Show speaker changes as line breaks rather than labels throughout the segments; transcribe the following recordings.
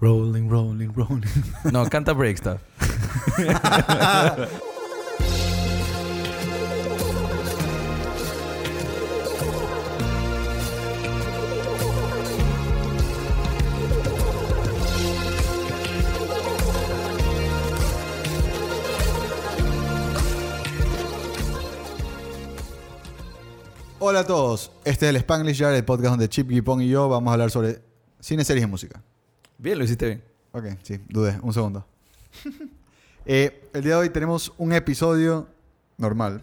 Rolling, rolling, rolling.
No, canta Breakstuff.
Hola a todos, este es el Spanglish Jar, el podcast donde Chip Guipón y yo vamos a hablar sobre cine, series y música.
Bien, lo hiciste bien.
Ok, sí, dudé, un segundo. Eh, el día de hoy tenemos un episodio normal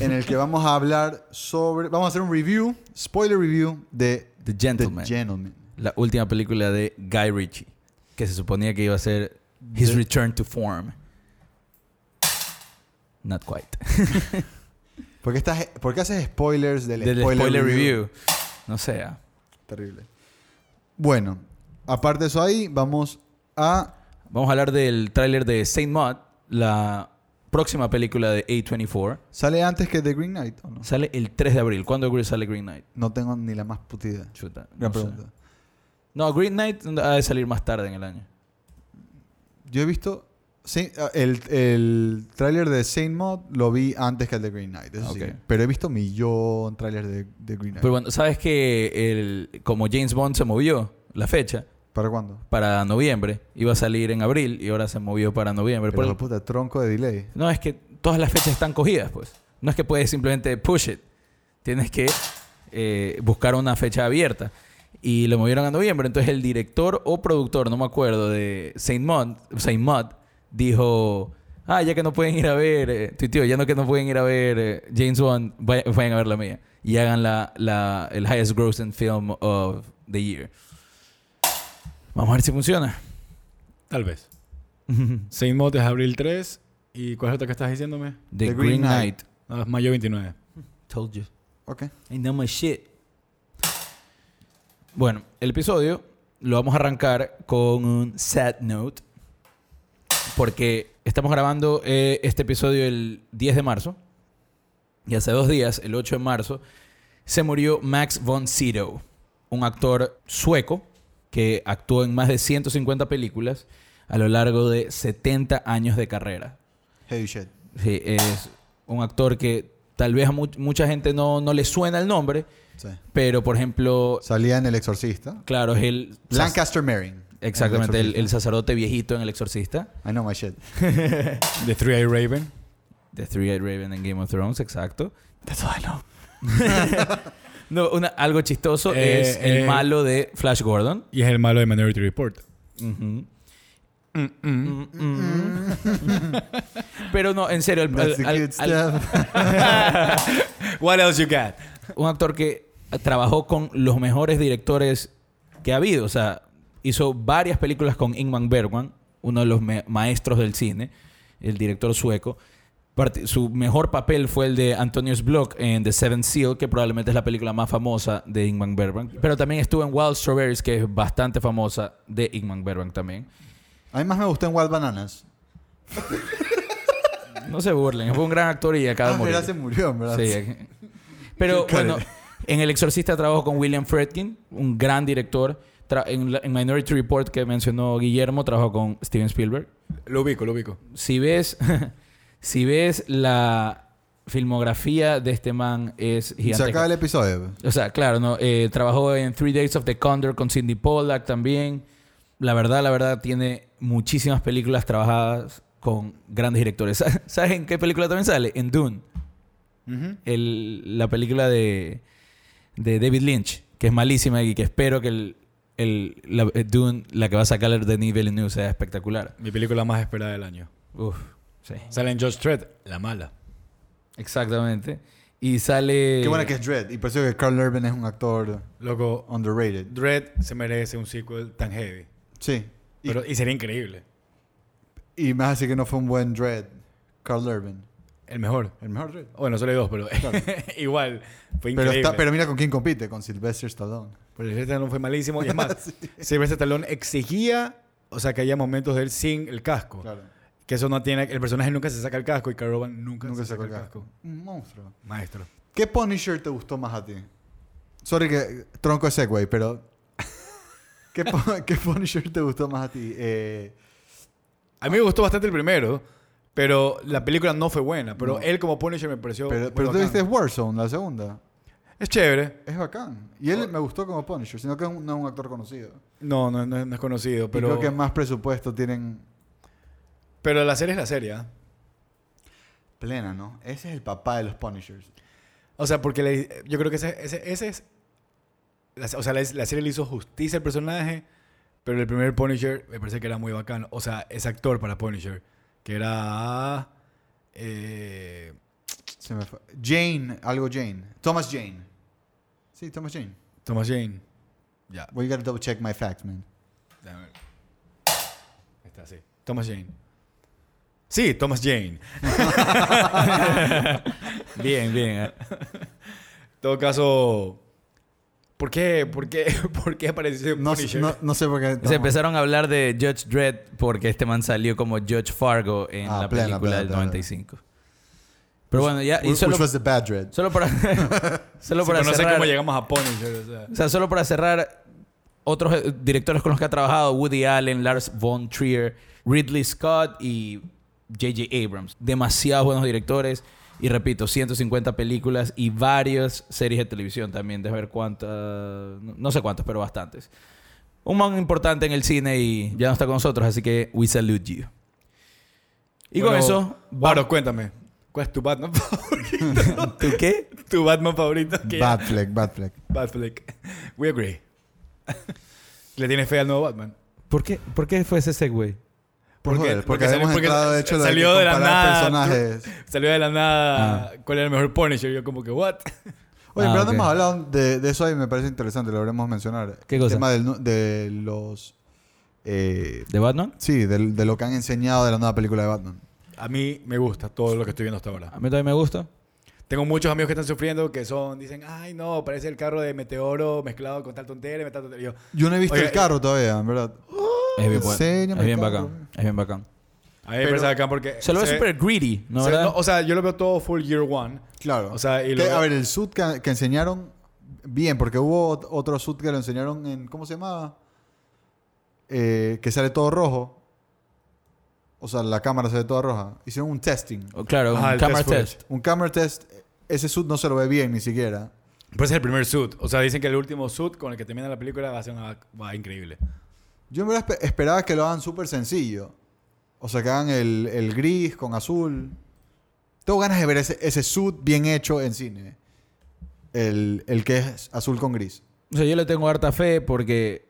en el que vamos a hablar sobre, vamos a hacer un review, spoiler review de
The Gentleman.
The Gentleman.
la última película de Guy Ritchie, que se suponía que iba a ser His Return to Form. Not quite.
¿Por qué, estás, por qué haces spoilers del,
Del spoiler, review. No sé. ah.
Terrible. Bueno, aparte de eso ahí, vamos a...
Vamos a hablar del tráiler de Saint Maud, la próxima película de A24.
¿Sale antes que The Green Knight o no?
Sale el 3 de abril. ¿Cuándo Green- sale Green Knight?
No tengo ni la más puta idea.
Chuta. no
Gran
sé.
pregunta.
No, Green Knight ha de salir más tarde en el año.
Yo he visto. sí, ah, el, el tráiler de Saint Mod lo vi antes que el de Green Knight. eso sí.
Ok.
Pero he visto millón trailers de, de Green Knight.
Pero bueno, ¿sabes que el, como James Bond se movió la fecha
¿Para cuándo?
para noviembre? Iba a salir en abril y ahora se movió para noviembre.
Pero
Por el-
puta, tronco de delay.
No, es que todas las fechas están cogidas, pues. No es que puedes simplemente push it. Tienes que eh, buscar una fecha abierta. Y lo movieron a noviembre. Entonces el director o productor, no me acuerdo, de Saint Maud, Saint Maud dijo... Ah, ya que no pueden ir a ver... Eh, tuiteó, ya no que no pueden ir a ver eh, James Bond, vay- vayan a ver la mía. Y hagan la, la- el highest grossing film of the year. Vamos a ver si funciona.
Tal vez. Saint Mod es abril 3. ¿Y cuál es otra que estás diciéndome?
The,
The Green
Green,
Knight.
Knight.
No, es mayo 29.
Told you.
Ok.
I know my shit. Bueno, el episodio lo vamos a arrancar con un sad note. Porque estamos grabando eh, este episodio el 10 de marzo. Y hace dos días, el 8 de marzo, se murió Max von Sydow, un actor sueco que actuó en más de 150 películas a lo largo de 70 años de carrera.
Heavy shit.
Sí, es un actor que tal vez a mu- mucha gente no, no le suena el nombre,
Sí.
pero por ejemplo,
Salía en El Exorcista.
claro, es el.
Lancaster Marin.
Exactamente, el, el sacerdote viejito en El Exorcista.
I know my shit.
The Three Eye Raven.
The Three-Eyed Raven en Game of Thrones, exacto. That's all I know. no, una- algo chistoso
Eh,
es el
eh.
malo de Flash Gordon.
Y es el malo de Minority Report.
Ujú. Mm, mm. Pero no, en serio, el,
That's the
al- al-
good
al-
stuff.
What else you got?
un actor que trabajó con los mejores directores que ha habido. O sea, hizo varias películas con Ingmar Bergman, uno de los me- maestros del cine, el director sueco. Parti- su mejor papel fue el de Antonius Block en The Seventh Seal, que probablemente es la película más famosa de Ingmar Bergman. Pero también estuvo en Wild Strawberries, que es bastante famosa de Ingmar Bergman también.
A mí más me gustó en Wild Bananas.
No se burlen, fue un gran actor y acaba
Ah,
de morir.
verdad, se murió, en ¿verdad?
Sí. Pero bueno, en El Exorcista trabajó con William Friedkin, un gran director. Tra- en, la- en Minority Report que mencionó Guillermo, trabajó con Steven Spielberg.
Lo ubico, lo ubico.
Si ves, si ves la filmografía de este man es
Se acaba
gigantesca.
el episodio.
O sea, claro, no Eh, trabajó en Three Days of the Condor con Cindy Pollack también. La verdad, la verdad, tiene muchísimas películas trabajadas con grandes directores. ¿Sabes en qué película también sale? En Dune el- la película de, de David Lynch, que es malísima y que espero que el, el- la, eh, Dune, la que va a sacar el Denis Villeneuve, sea espectacular.
Mi película más esperada del año.
Uf, sí.
Sale en George Dredd, la mala.
Exactamente. Y sale...
Qué buena que es Dread. Y por eso que Carl Urban es un actor
Loco,
underrated.
Dredd se merece un sequel tan heavy.
Sí. Y,
Pero, y sería increíble.
y más así que no fue un buen Dread. Carl Urban.
El mejor.
El mejor Dread.
Bueno, solo hay dos, pero
Claro.
igual.
Pero,
Fue increíble.
está, pero mira con quién compite, con Sylvester Stallone.
Pero el talón fue malísimo. Y es más, Sylvester Stallone exigía, o sea, que haya momentos de él sin el casco.
Claro.
Que eso no tiene... El personaje nunca se saca el casco y Carl Urban nunca,
Nunca
se saca el
casco.
casco.
Un monstruo.
Maestro.
¿Qué Punisher te gustó más a ti? Sorry que tronco ese güey, pero ¿Qué, po- qué Punisher te gustó más a ti? Eh,
A mí me gustó bastante el primero, pero la película no fue buena. Pero
No.
él como Punisher me pareció.
pero
muy
pero tú
bacán.
viste Warzone, la segunda.
Es chévere.
Es bacán. Y
Oh.
él me gustó como Punisher, sino que es un- no es un actor conocido.
No, no, no- no es conocido,
Pero,
pero.
creo que más presupuesto tienen
Pero la serie es la serie. ¿ah?
plena, ¿no? Ese es el papá de los Punishers.
O sea, porque le- yo creo que ese, ese- ese es. la- o sea, la, la serie le hizo justicia al personaje, pero el primer Punisher me parece que era muy bacano. O sea, ese actor para Punisher, que era. eh,
Se me fue. Jane, algo Jane. Thomas Jane. Sí, Thomas Jane.
Thomas Jane. Ya,
Well, you gotta double check my facts, man.
déjame ver. Está así. Thomas Jane. Sí, Thomas Jane.
Bien, bien. ¿eh?
En todo caso. ¿Por qué? ¿Por qué? ¿Por qué apareció
No, sé-
Punisher?
no, no sé por qué.
Se empezaron a hablar de Judge Dredd porque este man salió como Judge Fargo en
Ah,
la
plena,
película
plena,
del
plena.
95. Pero bueno, ya. Y
Which
solo,
was the bad dread.
solo para. solo
Sí,
para
pero no sé
cerrar-
cómo llegamos a Punisher. o sea.
O sea, solo para cerrar, otros eh, directores con los que ha trabajado, Woody Allen, Lars von Trier, Ridley Scott y J.J. Abrams. Demasiados buenos directores. Y repito, 150 películas y varias series de televisión también. De ver cuántas... No no sé cuántas, pero bastantes. Un man importante en el cine y ya no está con nosotros, así que we salute you. Y con
Bueno,
eso...
Baro, cuéntame. ¿Cuál es tu Batman favorito?
¿Tú qué?
tu Batman favorito. que-
Bad flag, bad flag.
Batfleck. We agree. ¿Le tienes fe al nuevo Batman?
¿Por qué, ¿Por qué fue ese segue?
Por
Porque-
joder, porque,
porque
habíamos
salió- porque
entrado, de hecho, lo
salió
de,
de
que
la
comparar
nada.
personajes.
Salió de la nada cuál era el mejor Punisher. Yo como que, what?
Oye,
Ah,
pero
ok.
no hemos hablado de, de eso ahí, me parece interesante, lo habremos mencionar.
¿Qué cosa?
El tema del nu- de los... eh,
¿De Batman?
sí, del- de, lo que han enseñado de la nueva película de Batman.
A mí me gusta todo lo que estoy viendo hasta
A
ahora.
mí también me gusta.
Tengo muchos amigos que están sufriendo que son, dicen, ay no, parece el carro de Meteoro mezclado con tal tontera, y tal tontera". Y yo,
Yo no he visto
Oye,
el carro todavía, en verdad.
Es bien,
¿En
bueno.
serio,
es bien
me cago,
bacán. Es bien bacán.
a mí me parece acá porque...
Se lo ve
se-
súper greedy, ¿no?
se-
¿verdad?
no, o sea, yo lo veo todo full year one.
Claro.
O sea, y
Que,
lo-
a ver, el suit que, que enseñaron, bien, porque hubo ot- otro suit que lo enseñaron en, ¿cómo se llamaba? Eh, que sale todo rojo. O sea, la cámara sale toda roja. Hicieron un testing.
O- claro,
Ajá,
un
el
camera
test footage.
test.
Un camera test, ese suit no se lo ve bien ni siquiera.
Pero ese Pues es el primer suit. O sea, dicen que el último suit con el que termina la película va a ser una, va increíble.
Yo en verdad espe- esperaba que lo hagan súper sencillo. O sea, que hagan el, el gris con azul. Tengo ganas de ver ese, ese suit bien hecho en cine. El, el que es azul con gris.
O sea, yo le tengo harta fe porque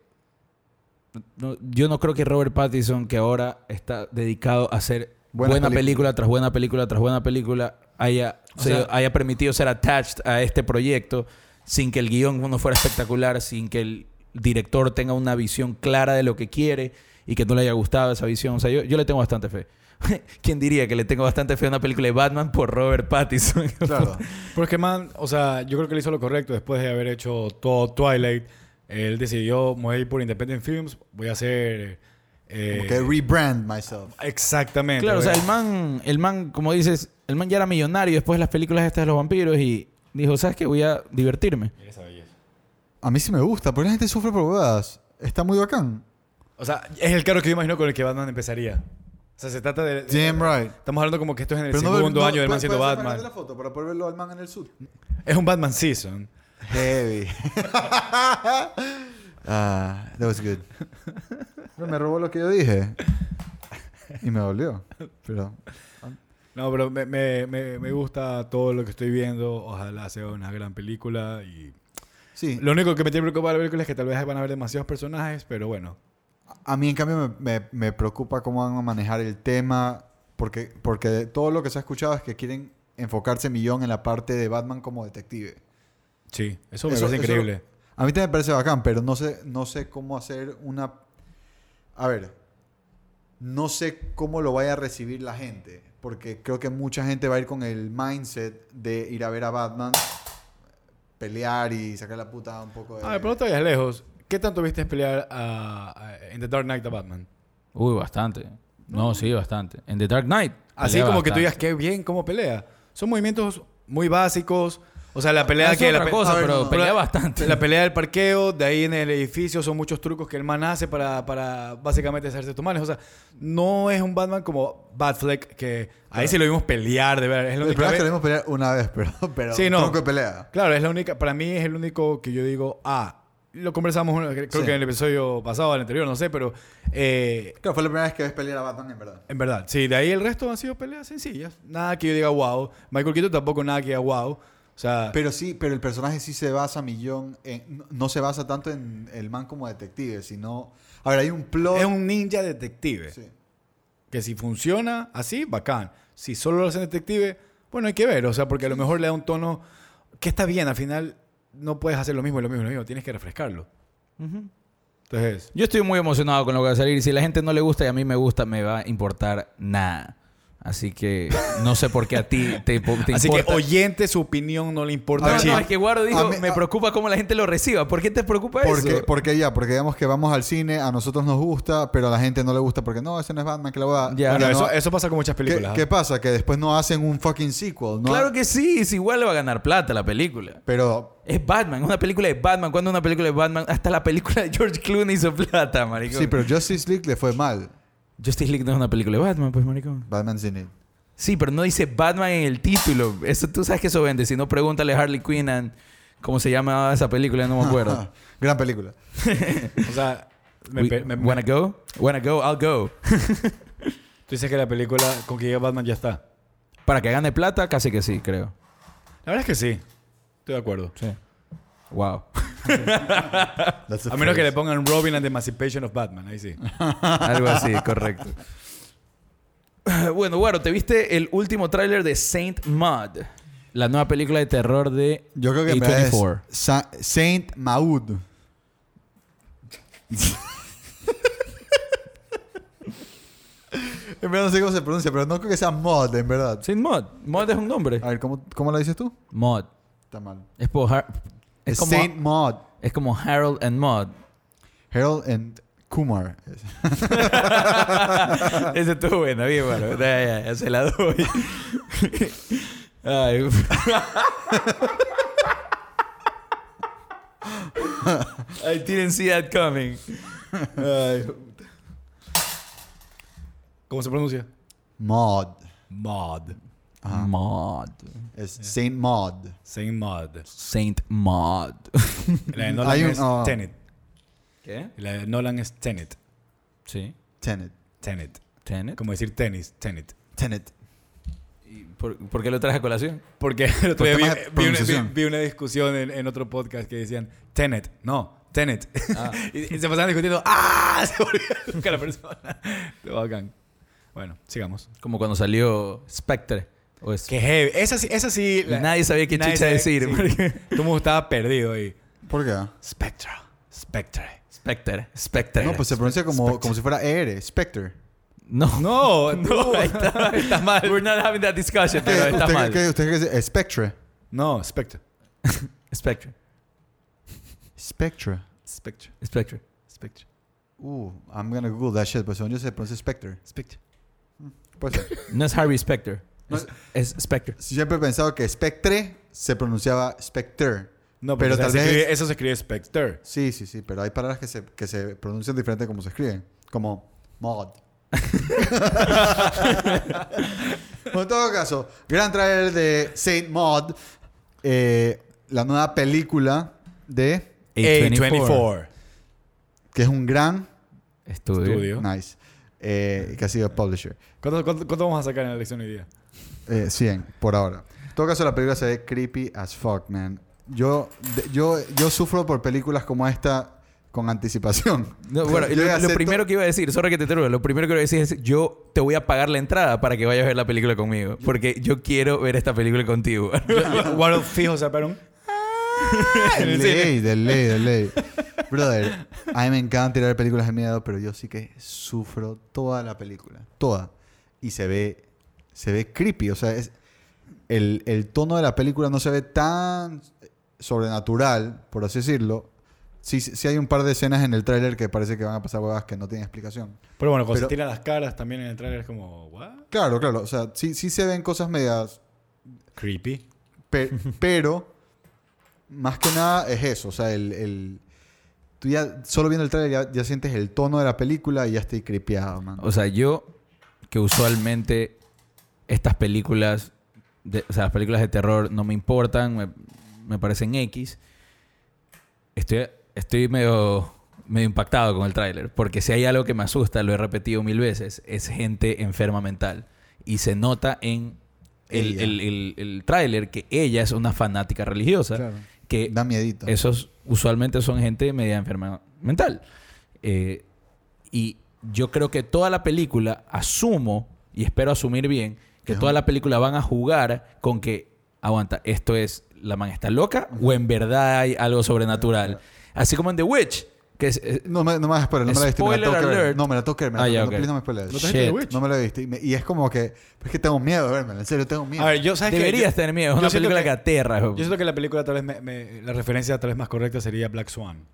no- yo no creo que Robert Pattinson, que ahora está dedicado a hacer
Buena
buena,
película.
película. tras buena película tras buena película, haya,
O
se-
sea-
haya permitido ser attached a este proyecto sin que el guión no fuera espectacular, sin que el director tenga una visión clara de lo que quiere y que no le haya gustado esa visión. O sea, yo, yo le tengo bastante fe. ¿Quién diría que le tengo bastante fe a una película de Batman por Robert Pattinson?
Claro.
Pero es que, man, o sea, yo creo que él hizo lo correcto después de haber hecho todo Twilight. Él decidió mover por Independent Films. Voy a hacer. eh,
Como que rebrand myself.
exactamente.
Claro, o sea,
voy a-
el man, el man, como dices, el man ya era millonario después de las películas estas de los vampiros y dijo, ¿sabes qué? Voy a divertirme.
Mira esa belleza.
A mí sí me gusta, porque la gente sufre por huevadas. Está muy bacán.
O sea, es el carro que yo imagino con el que Batman empezaría. O sea, se trata de.
Damn right.
Estamos hablando como que esto es en el segundo año del man siendo Batman.
la foto para poder verlo al man en el sud.
Es un Batman season.
Heavy. ah, that was good. Pero me robó lo que yo dije. Y me dolió. Pero
No, pero me, me- me- me gusta todo lo que estoy viendo. Ojalá sea una gran película. Y
sí,
lo único que me tiene preocupado de la película es que tal vez van a haber demasiados personajes, pero bueno.
a mí en cambio me, me- me preocupa cómo van a manejar el tema. Porque, porque de todo lo que se ha escuchado es que quieren enfocarse millón en la parte de Batman como detective.
Sí, eso me
Eso-
parece
eso-
increíble.
A mí también me parece bacán, pero no sé, no sé cómo hacer una... A ver, no sé cómo lo vaya a recibir la gente, porque creo que mucha gente va a ir con el mindset de ir a ver a Batman, pelear y sacar la puta un poco de...
A ver, Ah, pero no te vayas lejos. ¿Qué tanto viste pelear a, a- en The Dark Knight a Batman?
Uy, bastante. No, sí, bastante. En The Dark Knight.
Así
pelea
como que tú
bastante.
digas, qué bien, cómo pelea. Son movimientos muy básicos. O O sea, la pelea
Ah, Eso
que
es
la
otra
pe-
cosa,
a ver,
pero
no.
pelea bastante.
La pelea del parqueo, de ahí en el edificio, son muchos trucos que el man hace para, para básicamente hacerse tus manes. O sea, no es un Batman como Batfleck, que ahí sí lo vimos pelear, de verdad. Es la
El
única
problema es
vez-
que lo hemos peleado una vez, pero, pero
Sí, no.
tronco de pelea.
Claro, es la única, para mí es el único que yo digo, ah, lo conversamos, eh, creo
Sí.
que en el episodio pasado, el anterior, no sé, pero eh,
Claro, fue la primera vez que ves pelear a Batman, en verdad.
en verdad, sí, de ahí el resto han sido peleas sencillas. Nada que yo diga wow. Michael Keaton tampoco nada que diga wow. O sea,
Pero sí, pero el personaje sí se basa millón en- no- no se basa tanto en el man como detective, sino... A ver, hay un plot...
es un ninja detective.
Sí.
Que si funciona así, bacán. Si solo lo hacen detective, bueno, hay que ver. O sea, porque a lo mejor le da un tono que está bien. Al final no puedes hacer lo mismo y lo mismo y lo mismo. Tienes que refrescarlo.
Ujú.
Entonces,
Yo estoy muy emocionado con lo que va a salir. Y si la gente no le gusta y a mí me gusta, me va a importar nada. Así que no sé por qué a ti te, impo- te importa.
así que oyente, su opinión no le importa.
A
No,
ver,
un
no,
sí.
chip.
es que Guaro dijo,
A mí-
me
a-
preocupa cómo la gente lo reciba. ¿Por qué te preocupa
Porque,
eso?
porque ya, porque digamos que vamos al cine, a nosotros nos gusta, pero a la gente no le gusta porque no, ese no es Batman, que la voy a...
Ya.
Bueno,
Ahora
eso,
no-
eso pasa con muchas
¿Qué,
películas. ¿ah?
qué pasa? Que después no hacen un fucking sequel, ¿no?
Claro que sí, es igual le va a ganar plata la película.
Pero
Es Batman, una película de Batman. ¿Cuándo una película de Batman? Hasta la película de George Clooney hizo plata, maricón.
sí, pero Justice League le fue mal.
Justice League no es una película de Batman, pues, maricón.
Batman's in it.
Sí, pero no dice Batman en el título. Eso tú sabes que eso vende. Si no, pregúntale a Harley Quinn and- cómo se llama esa película, no me acuerdo.
Gran película.
O sea, me,
We-
pe- me-
wanna go? Wanna go? I'll go.
tú dices que la película con que llega Batman ya está.
Para que gane plata, casi que sí, creo.
La verdad es que sí. Estoy de acuerdo.
Sí. Wow.
That's the
A menos que
phrase.
le pongan Robin and the Emancipation of Batman. Ahí sí.
Algo así, correcto. Bueno, Guaro, ¿te viste el último tráiler de Saint Maud? La nueva película de terror de
Yo creo que en
E
verdad es
A24.
Sa- Saint Maud. en verdad no sé cómo se pronuncia, pero no creo que sea Mod, en verdad.
Saint Maud. Maud es un nombre.
A ver, ¿cómo, cómo lo dices tú?
Maud.
Está mal.
Es, por Har- es, como,
Saint Maud.
es como Harold and Maud.
Harold and Kumar.
Ese estuvo bueno, bien, Guaro. Ya, ya, ya, se la doy. Ay, I didn't see that coming. Ay,
¿Cómo se pronuncia?
Maud.
Mod.
Ajá.
Maud.
Es Saint Maud.
Saint Mod.
Saint Maud.
La de Nolan
Hay un-
es
ah.
Tenet.
¿Qué?
La de Nolan es Tenet.
Sí.
Tenet.
Tenet.
Tenet.
Como decir tenis, Tenet.
Tenet.
¿Y por, por qué lo traes a colación?
Porque el otro día vi,
temas de
vi una-
pronunciación.
vi- vi una discusión en, en otro podcast que decían Tenet. No, Tenet. y, y se pasaban discutiendo. ¡Ah! Se volvió loca la persona. Te bacán. Bueno, sigamos.
Como cuando salió Spectre. O es-
Qué heavy. Esa sí, esa sí. la-
Nadie sabía qué
nadie
chucha
sabía-
decir.
sí. Todo el mundo estaba perdido ahí.
¿Por qué?
Spectra. Spectre.
Spectre. Spectre.
No, pues se pronuncia como, como si fuera ER, Spectre.
No.
No,
No,
no.
ahí está, está mal. We're not having that discussion, pero
¿Usted,
está mal.
qué- usted qué dice? Spectre.
No, Spectre.
Spectre.
Spectre.
Spectre.
Spectre.
Spectre.
Uh, I'm gonna Google that shit, pero según yo se pronuncia Spectre. Mm, pues,
Spectre.
Puede ser.
No es Harvey Specter.
No.
Es, es Spectre.
Siempre he pensado que Spectre se pronunciaba Spectre.
No,
Pero
pero
tal
se
vez-
escribe- eso se escribe Spectre.
Sí, sí, sí, pero hay palabras que se, que se pronuncian diferente como se escriben. Como mod. Bueno, en todo caso, gran trailer de Saint Maud. eh, la nueva película de...
A24.
Que es un gran...
Estudio.
Estudio.
Nice. eh, que ha sido publisher.
¿Cuánto, cuánto, cuánto vamos a sacar en la elección hoy día?
Eh, 100, por ahora. En todo caso, la película se ve creepy as fuck, man. Yo, de- yo, yo sufro por películas como esta con anticipación.
No, bueno,
Yo
lo,
ya
lo
sé
primero que iba a decir, sorry que te interrumpa, lo primero que iba a decir es yo te voy a pagar la entrada para que vayas a ver la película conmigo, porque yo quiero ver esta película contigo.
Warhol fijo sacaron.
to- De ley, de ley, de ley. Brother, a mí me encanta tirar películas de miedo, pero yo sí que sufro toda la película. Toda. Y se ve, se ve creepy. O sea, es, el, el tono de la película no se ve tan sobrenatural, por así decirlo. Sí, sí hay un par de escenas en el tráiler que parece que van a pasar huevas que no tienen explicación.
Pero bueno, cuando
Pero-
se tiran las caras también en el trailer es como, ¿what?
Claro, claro. O sea, sí, sí se ven cosas medias.
Creepy.
pe- pero más que nada es eso. O sea, el, el- tú ya solo viendo el trailer ya, ya sientes el tono de la película y ya estoy creepeado, man.
O sea, yo que usualmente estas películas, de- o sea, las películas de terror no me importan, me, me parecen X. Estoy, estoy medio, medio impactado con el tráiler, porque si hay algo que me asusta, lo he repetido mil veces, es gente enferma mental. Y se nota en el,
Ella.
el, el- el tráiler que ella es una fanática religiosa,
Claro.
que
da miedito.
esos usualmente son gente media enferma mental. Eh, y yo creo que toda la película, asumo y espero asumir bien, que
Ajá.
toda la película van a jugar con que, aguanta, esto es, la man está loca o en verdad hay algo sobrenatural. Así como en The Witch, que es... eh,
No me, no me spoiler, no me la viste. Me la
Spoiler
tengo que ver.
alert.
No, me la tengo que ver. Me la
Ah,
tengo
ya,
que ver.
ok.
Please, no me spoiles.
¿No te has visto The
Shit.
Witch?
No me la viste. Y, me- y es como que. pues, Es que tengo miedo de verme. En serio, tengo miedo.
A ver, yo sabes que-
Deberías
yo-
tener miedo, es
yo
una
siento
película que,
que-
aterra.
Yo siento que la película tal vez me- me- la referencia tal vez más correcta sería Black Swan.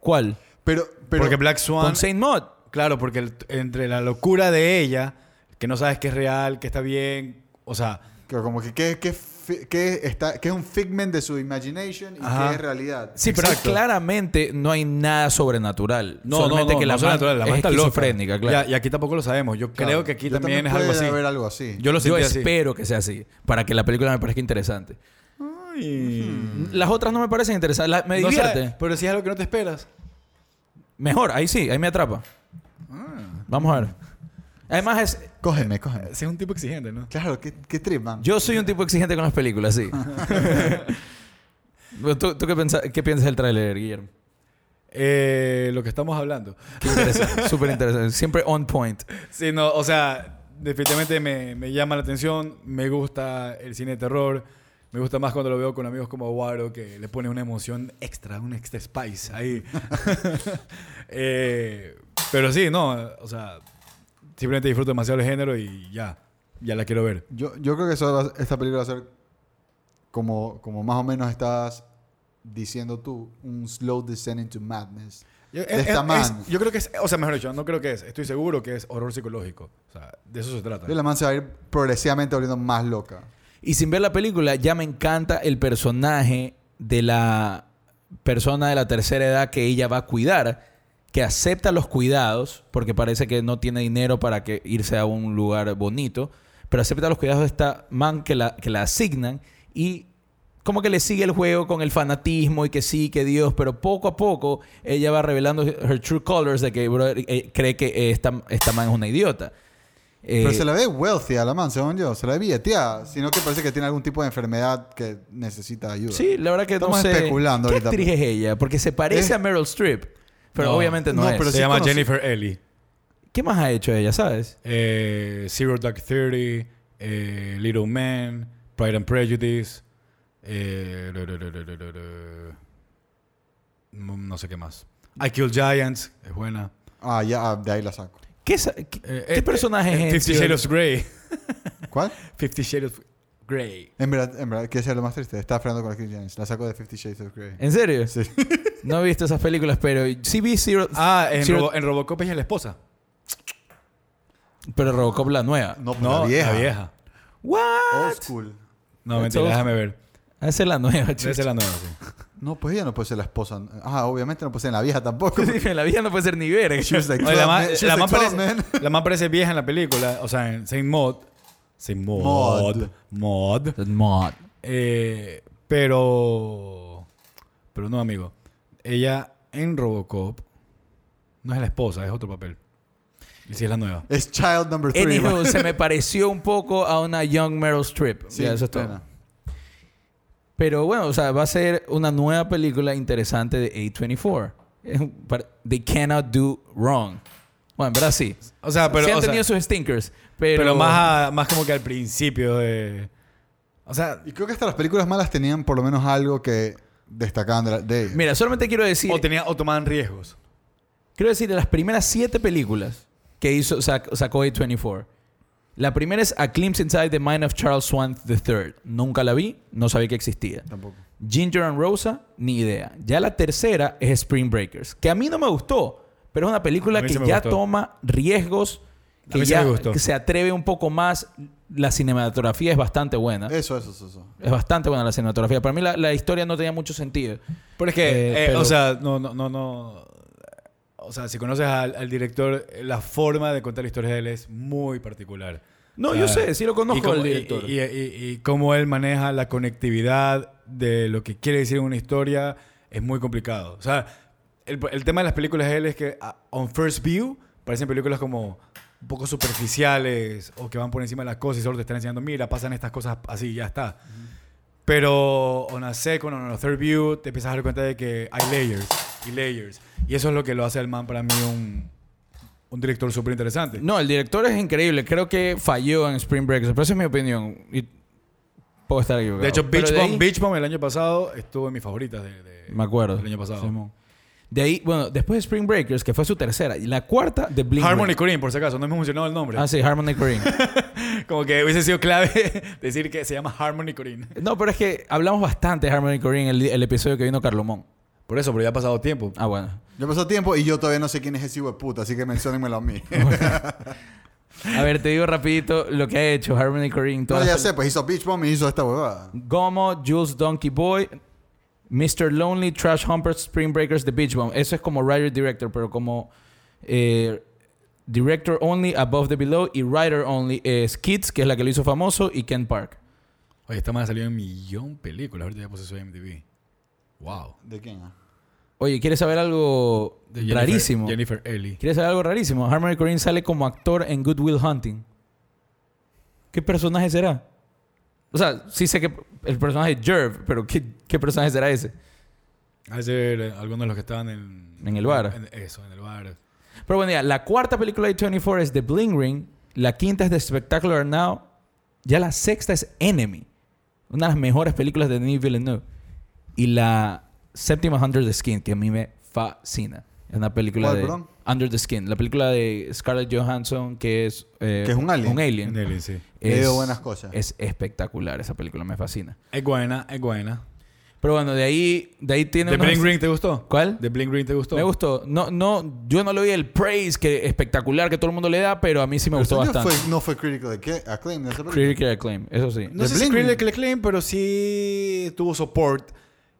¿Cuál?
pero, pero.
porque Black Swan,
Con Saint Maud.
claro, porque el- entre la locura de ella, que no sabes que es real, que está bien, o sea,
que como que. ¿Qué qué fi- qué está, qué es un figment de su imagination y
Ajá.
qué es realidad?
Sí,
Exacto.
pero claramente no hay nada sobrenatural.
no, no,
Solamente
no,
que la
no
man
sobrenatural, la man
es
está loca.
esquizofrénica, claro.
Ya, y aquí tampoco lo sabemos. Yo
Claro.
creo que aquí
Yo
también, es algo
puede
así.
haber algo así.
Yo lo
Yo
sentí así.
espero que sea así, para que la película me parezca interesante. Las otras no me parecen interesantes, la- Mm. me
Mm. No sabes,
divierte.
pero si es algo que no te esperas.
Mejor, ahí sí, ahí me atrapa.
Ah.
Vamos a ver. Además, es,
Cógeme, cógeme.
Si es un tipo exigente, ¿no?
Claro, qué, qué trip, man.
yo soy un tipo exigente con las películas, sí. Pero ¿Tú, tú qué, pensa- qué piensas del tráiler, Guillermo?
Eh, lo que estamos hablando.
Qué interesante, Súper interesante. Siempre on point.
Sí, no, o sea, definitivamente me, me llama la atención, me gusta el cine de terror, me gusta más cuando lo veo con amigos como Aguaro, que le pone una emoción extra, un extra spice ahí. Eh, pero sí, no, o sea, simplemente disfruto demasiado el género y ya, ya la quiero ver.
Yo, yo creo que eso va- esta película va a ser como, como más o menos estás diciendo tú, un slow descent into madness.
Yo,
De esta man.
yo creo que es, o sea, mejor dicho, no creo que es, estoy seguro que es horror psicológico. O sea, de eso se trata.
Y la man se va a ir progresivamente volviendo más loca.
Y sin ver la película, ya me encanta el personaje de la persona de la tercera edad que ella va a cuidar, que acepta los cuidados, porque parece que no tiene dinero para que irse a un lugar bonito, pero acepta los cuidados de esta man que la, que la asignan y como que le sigue el juego con el fanatismo y que sí, que Dios, pero poco a poco ella va revelando her true colors de que brother, eh, cree que eh, esta, esta man es una idiota.
Pero
Eh,
se la ve wealthy a la man, según yo. Se la ve billeteada. Sino que parece que tiene algún tipo de enfermedad que necesita ayuda.
Sí, la verdad que
Estamos
no sé.
especulando
¿Qué
ahorita. pues.
actriz es ella? Porque se parece
Eh.
a Meryl Streep. Pero
No.
obviamente no,
No,
es.
pero sí
se llama
conocí-
Jennifer Ellie.
¿Qué más ha hecho ella, sabes?
eh, Zero Dark Thirty, eh, Little Man, Pride and Prejudice, eh, ru, ru, ru, ru, ru, ru, ru. no no sé qué más. I Kill Giants, es buena.
Ah, ya, ah, de ahí la saco.
¿Qué, sa- qué-
Eh,
qué
eh,
personaje
eh,
es
Fifty
ese?
Shades of Grey.
¿Cuál?
Fifty Shades of Grey.
En verdad, en verdad, que sea lo más triste. Estaba frenando con la Chris James. La saco de Fifty Shades of Grey.
¿En serio?
Sí.
No he visto esas películas, pero sí vi Zero.
Ah, en,
Zero-
Robo- en Robocop es la esposa.
Pero Robocop la nueva.
No, no
No,
la vieja.
La vieja.
¿What?
Old school.
No,
That's
mentira,
old.
déjame ver.
Esa es la nueva,
Esa es
chico.
la nueva, sí.
No, pues ella no puede ser la esposa. Ah, obviamente no puede ser la vieja tampoco.
la vida no puede ser ni verga.
She was like
Oye,
12,
la, ma-
man. She was
la
like
man
12,
parece,
man.
la man parece vieja en la película, o sea, en Saint Maud. Saint Maud.
Maud.
Maud.
Mod.
Eh, pero. Pero no, amigo. Ella en Robocop no es la esposa, es otro papel. Y si es la nueva.
Es child number three. man.
Anywho, se me pareció un poco a una Young Meryl Streep.
Sí,
ya, eso es todo.
plena.
Pero bueno, o sea, va a ser una nueva película interesante de A24. Es un par- They cannot do wrong. Bueno, en verdad sí.
O sea, Ah, pero.
sí han
o sea,
tenido sus stinkers, pero...
pero más, a- más como que al principio de. O sea,
Y creo que hasta las películas malas tenían por lo menos algo que destacaban de, la- de ellas.
Mira, solamente quiero decir...
o, tenía, o tomaban riesgos.
Quiero decir, de las primeras siete películas que hizo, sac- sacó A24. La primera es A Glimpse Inside the Mind of Charles Swan III. Nunca la vi, no sabía que existía.
Tampoco.
Ginger and Rosa, ni idea. Ya la tercera es Spring Breakers, que a mí no me gustó, pero es una
A
película
mí
que
sí me
ya
gustó.
toma riesgos que
mí sí
ya
me gustó.
que se atreve un poco más. La cinematografía es bastante buena. Es,
Eso, eso, eso. eso.
bastante buena la cinematografía. Para mí la, la historia no tenía mucho sentido.
Pero es que,
Eh,
eh,
pero-
o sea, no, no, no, no. O sea, si conoces al, al director, eh, la forma de contar historias de él es muy particular.
No,
O sea,
yo sé, sí lo
y
conozco
cómo-
al director.
Y, y- y- y cómo él maneja la conectividad de lo que quiere decir en una historia es muy complicado. O sea, el, el tema de las películas de él es que a- on first view parecen películas como un poco superficiales o que van por encima de las cosas y solo te están enseñando, mira, pasan estas cosas así, ya está. Pero on a second, on a third view, te empiezas a dar cuenta de que hay layers y layers. Y eso es lo que lo hace el man para mí un, un director súper interesante.
No, el director es increíble. Creo que falló en Spring Breakers. Pero esa es mi opinión. Y puedo estar equivocado.
De hecho,
Pero
Beach
de
Bomb,
ahí-
Beach Bomb el año pasado estuvo en mis favoritas de, de-
Me acuerdo.
del año pasado.
Simón. De ahí, bueno, después de Spring Breakers, que fue su tercera. Y la cuarta de Blink.
Harmony Corrine, por si acaso, no hemos mencionado el nombre.
Ah, sí, Harmony Corrine.
Como que hubiese sido clave decir que se llama Harmony Corrine.
no, pero es que hablamos bastante de Harmony Corrine el, el episodio que vino Carlomón.
Por eso, pero ya ha pasado tiempo.
Ah, bueno.
Yo pasó tiempo y yo todavía no sé quién es ese hijo de puta, así que menciónenmelo a mí.
A ver, te digo rapidito lo que ha hecho Harmony Corrine.
no,
todas
ya
las-
sé, pues hizo Beach Bomb y hizo esta huevada.
Gomo, Jules Donkey Boy, Mr. Lonely, Trash Humpers, Spring Breakers, The Beach Bomb. Eso es como writer director, pero como eh, director only, above the below y writer only es Kids, que es la que lo hizo famoso, y Ken Park.
Oye, esta más ha salido en millón de películas. Ahorita ya puse su MTV. Wow.
¿De quién? ah?
Oye, ¿quieres saber algo
De Jennifer-
rarísimo?
Jennifer Ellie.
¿Quieres saber algo rarísimo? Harmony Corrine sale como actor en Good Will Hunting. ¿Qué personaje será? O sea, sí sé que el personaje es Jerv, pero ¿qué, qué personaje será ese?
Ha de ser eh, algunos de los que estaban en...
En el bar.
en- eso, en el bar.
Pero bueno, ya, la cuarta película de 24 es The Bling Ring. La quinta es The Spectacular Now. Ya la sexta es Enemy. Una de las mejores películas de Denis Villeneuve. Y la séptima es Under the Skin, que a mí me fascina. Es una película
¿Cuál,
de...
perdón?
Under the Skin. La película de Scarlett Johansson, que es... eh,
Que es un alien.
Un alien.
En Ellie, sí.
He oído buenas cosas.
Es espectacular esa película. Me fascina.
Es buena, es buena.
Pero bueno, de ahí... De ahí tiene
¿The
unos-
Bling Ring te gustó?
¿Cuál?
¿The Bling Ring te gustó?
Me gustó. No, no, yo no le oí el praise que espectacular que todo el mundo le da, pero a mí sí me
Pero
gustó
eso
bastante.
Fue, no fue Critical de qué? Acclaim. de esa película.
Critical acclaim, eso sí.
No
The
sé si
Bling
Critical
Ring.
acclaim, pero sí tuvo support.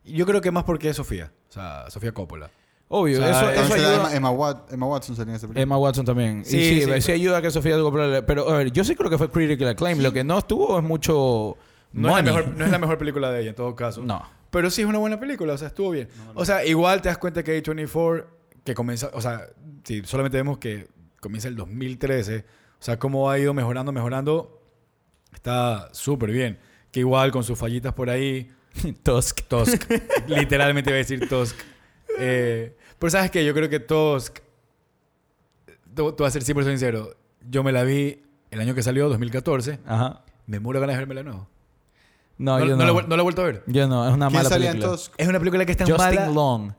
Yo creo que más porque es Sofía. O sea, Sofía Coppola.
Obvio,
O sea,
eso, eso
También será
ayuda.
Emma, Emma Wat- Emma Watson salía en esa película.
Emma Watson también. Sí,
Sí,
sí,
sí,
sí,
pero-
ayuda a que Sofía Coppola- Pero a ver, yo sí creo que fue critical acclaim. Lo que no estuvo es mucho.
No es, la
money.
mejor, no es la mejor película de ella, en todo caso.
No.
Pero sí es una buena película, o sea, estuvo bien. O sea, igual te das cuenta que A24, que comienza, o sea, si solamente vemos que comienza el 2013, o sea, cómo ha ido mejorando, mejorando, está súper bien. Que igual con sus fallitas por ahí,
Tusk.
Tusk. Literalmente iba a decir Tusk. Eh, pero sabes que yo creo que Tusk, te, te voy a ser 100% sincero, yo me la vi el año que salió, 2014,
Ajá.
me muero ganas de verla de nuevo.
No,
No,
yo
no
no.
la he vuel- no la he vuelto a ver.
Yo no, es una
¿Quién
mala
salía
película.
entonces?
Es una película que está
Justin
mala.
Long.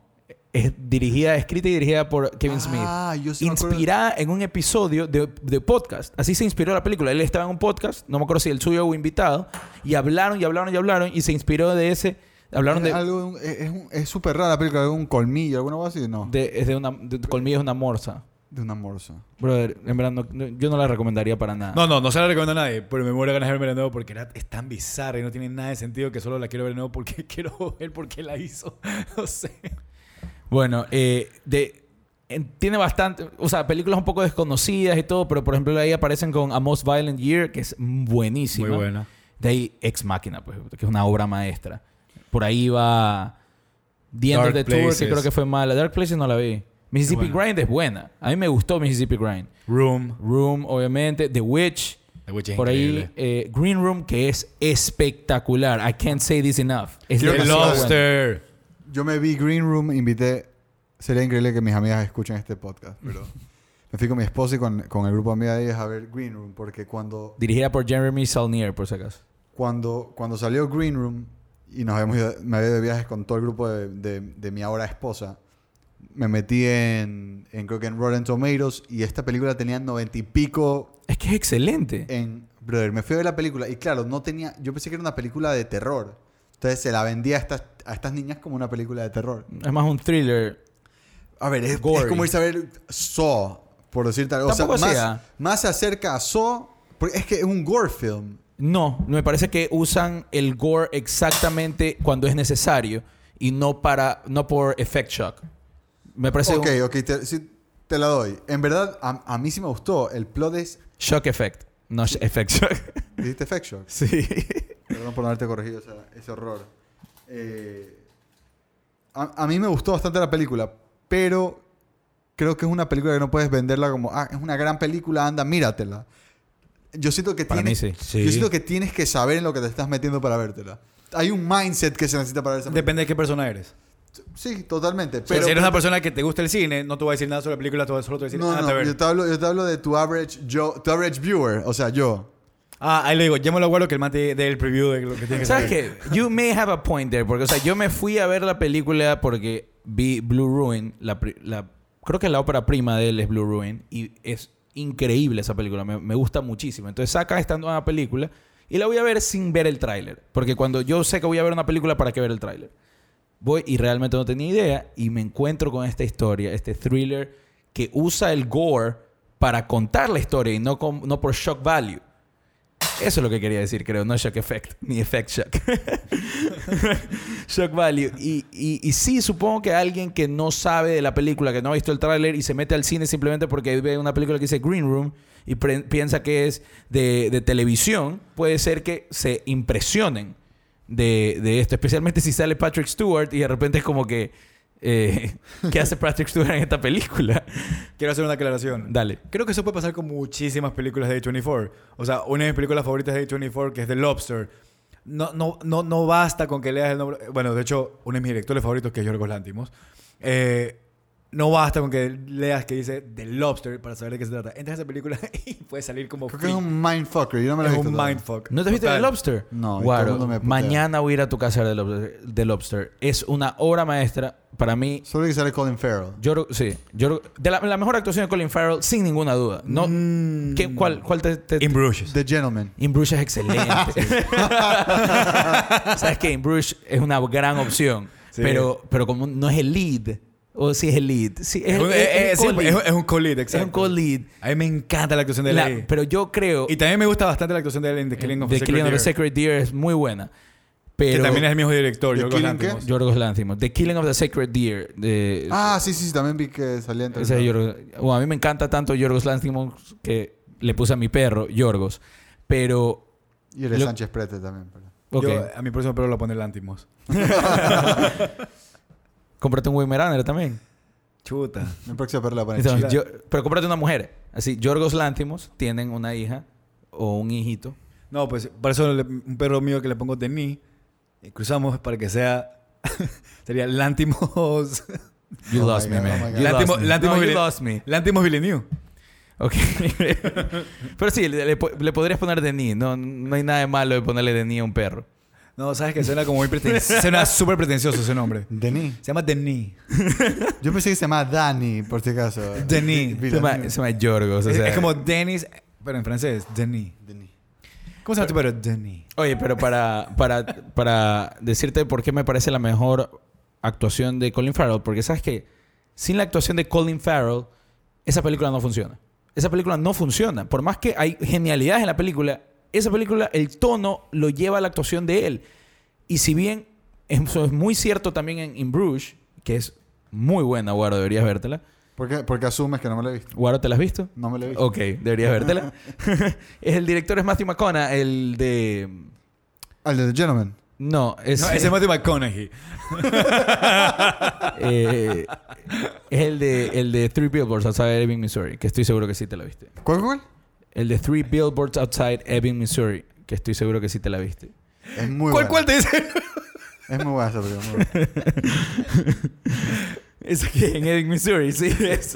Es dirigida, escrita y dirigida por Kevin
Ah,
Smith.
yo sí me acuerdo.
Inspirada en un episodio de, de podcast. Así se inspiró la película. Él estaba en un podcast, no me acuerdo si el suyo o invitado, y hablaron y hablaron y hablaron y se inspiró de ese. Hablaron
Es
de,
algo- es- es un- es súper rara la película, algún colmillo, alguna cosa así, no. De,
de, es de una de, colmillo es una morsa.
una morsa.
Brother, en verdad no- no- yo no la recomendaría para nada.
No, no, no se la recomiendo a nadie, pero me muero de ganas de verme de nuevo porque era- es tan bizarra y no tiene nada de sentido que solo la quiero ver de nuevo porque quiero ver por qué la hizo. No sé.
Bueno, eh, de, en- tiene bastante, o sea, películas un poco desconocidas y todo, pero por ejemplo ahí aparecen con A Most Violent Year, que es buenísima. De ahí Ex Máquina, pues, que es una obra maestra. Por ahí va The End of
Dark
the Tour, que
Places.
creo que fue mala. Dark Places no la vi. Mississippi
buena.
Grind es buena. A mí me gustó Mississippi Grind.
Room.
Room, obviamente. The Witch.
The Witch es
Por ahí,
increíble.
eh, Green Room, que es espectacular. I can't say this enough. Es
The
demasiado bueno.
Lobster.
Yo me vi Green Room, invité. Sería increíble que mis amigas escuchen este podcast, pero me fui con mi esposa y con, con el grupo de amigas de ellas a ver Green Room, porque cuando,
Dirigida por Jeremy Salnier, por si acaso.
cuando, cuando salió Green Room y nos habíamos ido- me había ido de viajes con todo el grupo de, de- de mi ahora esposa, me metí en, en creo que en Rotten Tomatoes y esta película tenía noventa y pico
Es que es excelente.
en Brother, me fui a ver la película y claro, no tenía, yo pensé que era una película de terror. Entonces se la vendía a estas, a estas niñas como una película de terror.
Es más un thriller.
A ver, es, es
Gory.
como irse a ver Saw, por decirte algo. O sea,
Tampoco
más,
así, ¿ah?
más se acerca a Saw. Porque es que es un gore film.
No, me parece que usan el gore exactamente cuando es necesario y no para no por effect shock. Me parece
ok,
un
ok, te, sí, te la doy. En verdad, a, a mí sí me gustó. El plot es.
shock effect, no sh- effect shock.
¿Dijiste Effect Shock?
sí.
Perdón por no haberte corregido esa- ese horror. Eh, a, a mí me gustó bastante la película, pero creo que es una película que no puedes venderla como, ah, es una gran película, anda, míratela. Yo siento que,
Para
tienes,
mí sí.
Yo
Sí.
siento que tienes que saber en lo que te estás metiendo para vértela. Hay un mindset que se necesita para ver esa película.
Depende de qué persona eres.
Sí, totalmente.
Pero,
Pero,
si eres una persona que te gusta el cine, no te voy a decir nada sobre la película, te voy a- solo te voy a decir,
no,
"Ah, te
no,
ver".
yo te, hablo, yo te hablo de tu average, Joe- tu average viewer, o sea, yo.
Ah, ahí le digo, llámalo a Guaro que el mate dé el preview de lo que tiene que
¿Sabes
saber.
qué? You may have a point there. Porque, o sea, yo me fui a ver la película porque vi Blue Ruin. La, pri- la- creo que la ópera prima de él es Blue Ruin. Y es increíble esa película. Me, me gusta muchísimo. Entonces saca esta nueva película y la voy a ver sin ver el tráiler. Porque cuando yo sé que voy a ver una película, ¿para qué ver el tráiler? Voy y realmente no tenía idea y me encuentro con esta historia, este thriller que usa el gore para contar la historia y no, con- no por shock value. Eso es lo que quería decir, creo. No shock effect, ni effect shock. shock value. Y, y, y sí, supongo que alguien que no sabe de la película, que no ha visto el tráiler y se mete al cine simplemente porque ve una película que dice Green Room y pre- piensa que es de, de televisión, puede ser que se impresionen de, de esto. Especialmente si sale Patrick Stewart y de repente es como que... eh, ¿Qué hace Patrick Stewart en esta película?
Quiero hacer una aclaración.
Dale.
Creo que eso puede pasar con muchísimas películas de A24. O sea, una de mis películas favoritas de A24, que es The Lobster. No, no, no, no basta con que leas el nombre. Bueno, de hecho, uno de mis directores favoritos, que es Yorgos Lántimos, eh, no basta con que leas que dice The Lobster para saber de qué se trata. Entras a esa película y puede salir como.
Creo que es
freak.
un mindfucker, yo no me lo he
Es
visto
un
todavía.
mindfuck.
¿No te has visto The
Total.
Lobster?
No, y todo el
Guaro,
mundo me putea.
mañana voy a ir a tu casa a ver The Lobster, The Lobster. Es una obra maestra para mí.
Solo que sale Colin Farrell.
Yo, creo- sí, yo creo- de la, la mejor actuación de Colin Farrell, sin ninguna duda. No,
Mm,
¿qué- ¿Cuál, cuál te, te-
In Bruges.
The Gentleman.
In Bruges es excelente. Sabes que In Bruges es una gran opción,
Sí.
pero, pero como no es el lead, o si es el lead, sí, es,
Es un- eh, eh,
es
sí,
un
es un-
co-lead.
es un co-lead,
Es un
exacto.
co-lead.
A mí me encanta la actuación de
La-
Ley.
pero yo creo
Y también me gusta bastante la actuación de él en The Killing of
The
a Sacred
Killing of a
Deer,
Sacred Deer es muy buena. Pero
Que también es el mismo director,
¿The
Yorgos
Killing qué?
Lanthimos.
Yorgos Lanthimos. The Killing of the Sacred Deer. De,
Ah, sí, sí, sí, también vi que salía en
ese de Yorgos- Bueno, a mí me encanta tanto Yorgos Lanthimos que le puse a mi perro, Yorgos. Pero...
Y el de
Lo-
Sánchez Prete también. pero-
Ok.
eh,
Yo, a mi próximo perro lo pone Lantimos.
Cómprate un Wimeraner también.
Chuta.
Mi próxima perla para
Entonces,
chila.
yo- pero cómprate una mujer. Así, Yorgos Lanthimos tienen una hija o un hijito.
No, pues para eso le- un perro mío que le pongo de mí, eh, cruzamos para que sea. sería Lantimos.
You
Oh my
lost me,
God,
man.
oh my God.
You
Lántimo-
lost me.
Lántimo
No, you
Villen-
lost me.
Lantimos Villeneuve.
Ok. Pero sí, le, le po- le podrías poner Denis. No, no hay nada de malo de ponerle Denis a un perro.
No, sabes que suena como muy pretencioso. suena súper pretencioso ese nombre.
Denis.
Se llama Denis.
Yo pensé que se llamaba Dani, por si acaso.
Denis.
Se
Mira,
llama,
mira.
se llama Yorgos. o
Es-
sea. eh.
es como Denis, pero en francés, Denis.
Denis.
¿Cómo se llama tu perro? Denis.
Oye, pero para, para, para decirte por qué me parece la mejor actuación de Colin Farrell, porque sabes que sin la actuación de Colin Farrell, esa película no funciona. Esa película no funciona. Por más que hay genialidades en la película, esa película, el tono lo lleva a la actuación de él. Y si bien eso es muy cierto también en In Bruges, que es muy buena, Guaro, deberías vértela.
¿Por qué? Porque asumes que no me lo he visto.
Guaro, ¿te la has visto?
No me lo he visto.
Ok, deberías vértela. el director es Matthew McConaughey, el de...
Al de The Gentleman.
No, es...
No, ese es Matthew McConaughey.
Eh, es el de, el de Three Billboards Outside Ebbing, Missouri, que estoy seguro que sí te la viste.
¿Cuál, cuál?
El de Three Billboards Outside Ebbing, Missouri, que estoy seguro que sí te la viste.
Es muy
¿Cuál,
buena.
cuál te dice?
Es muy buena esa película. muy buena.
Es que en Ebbing, Missouri, sí. es.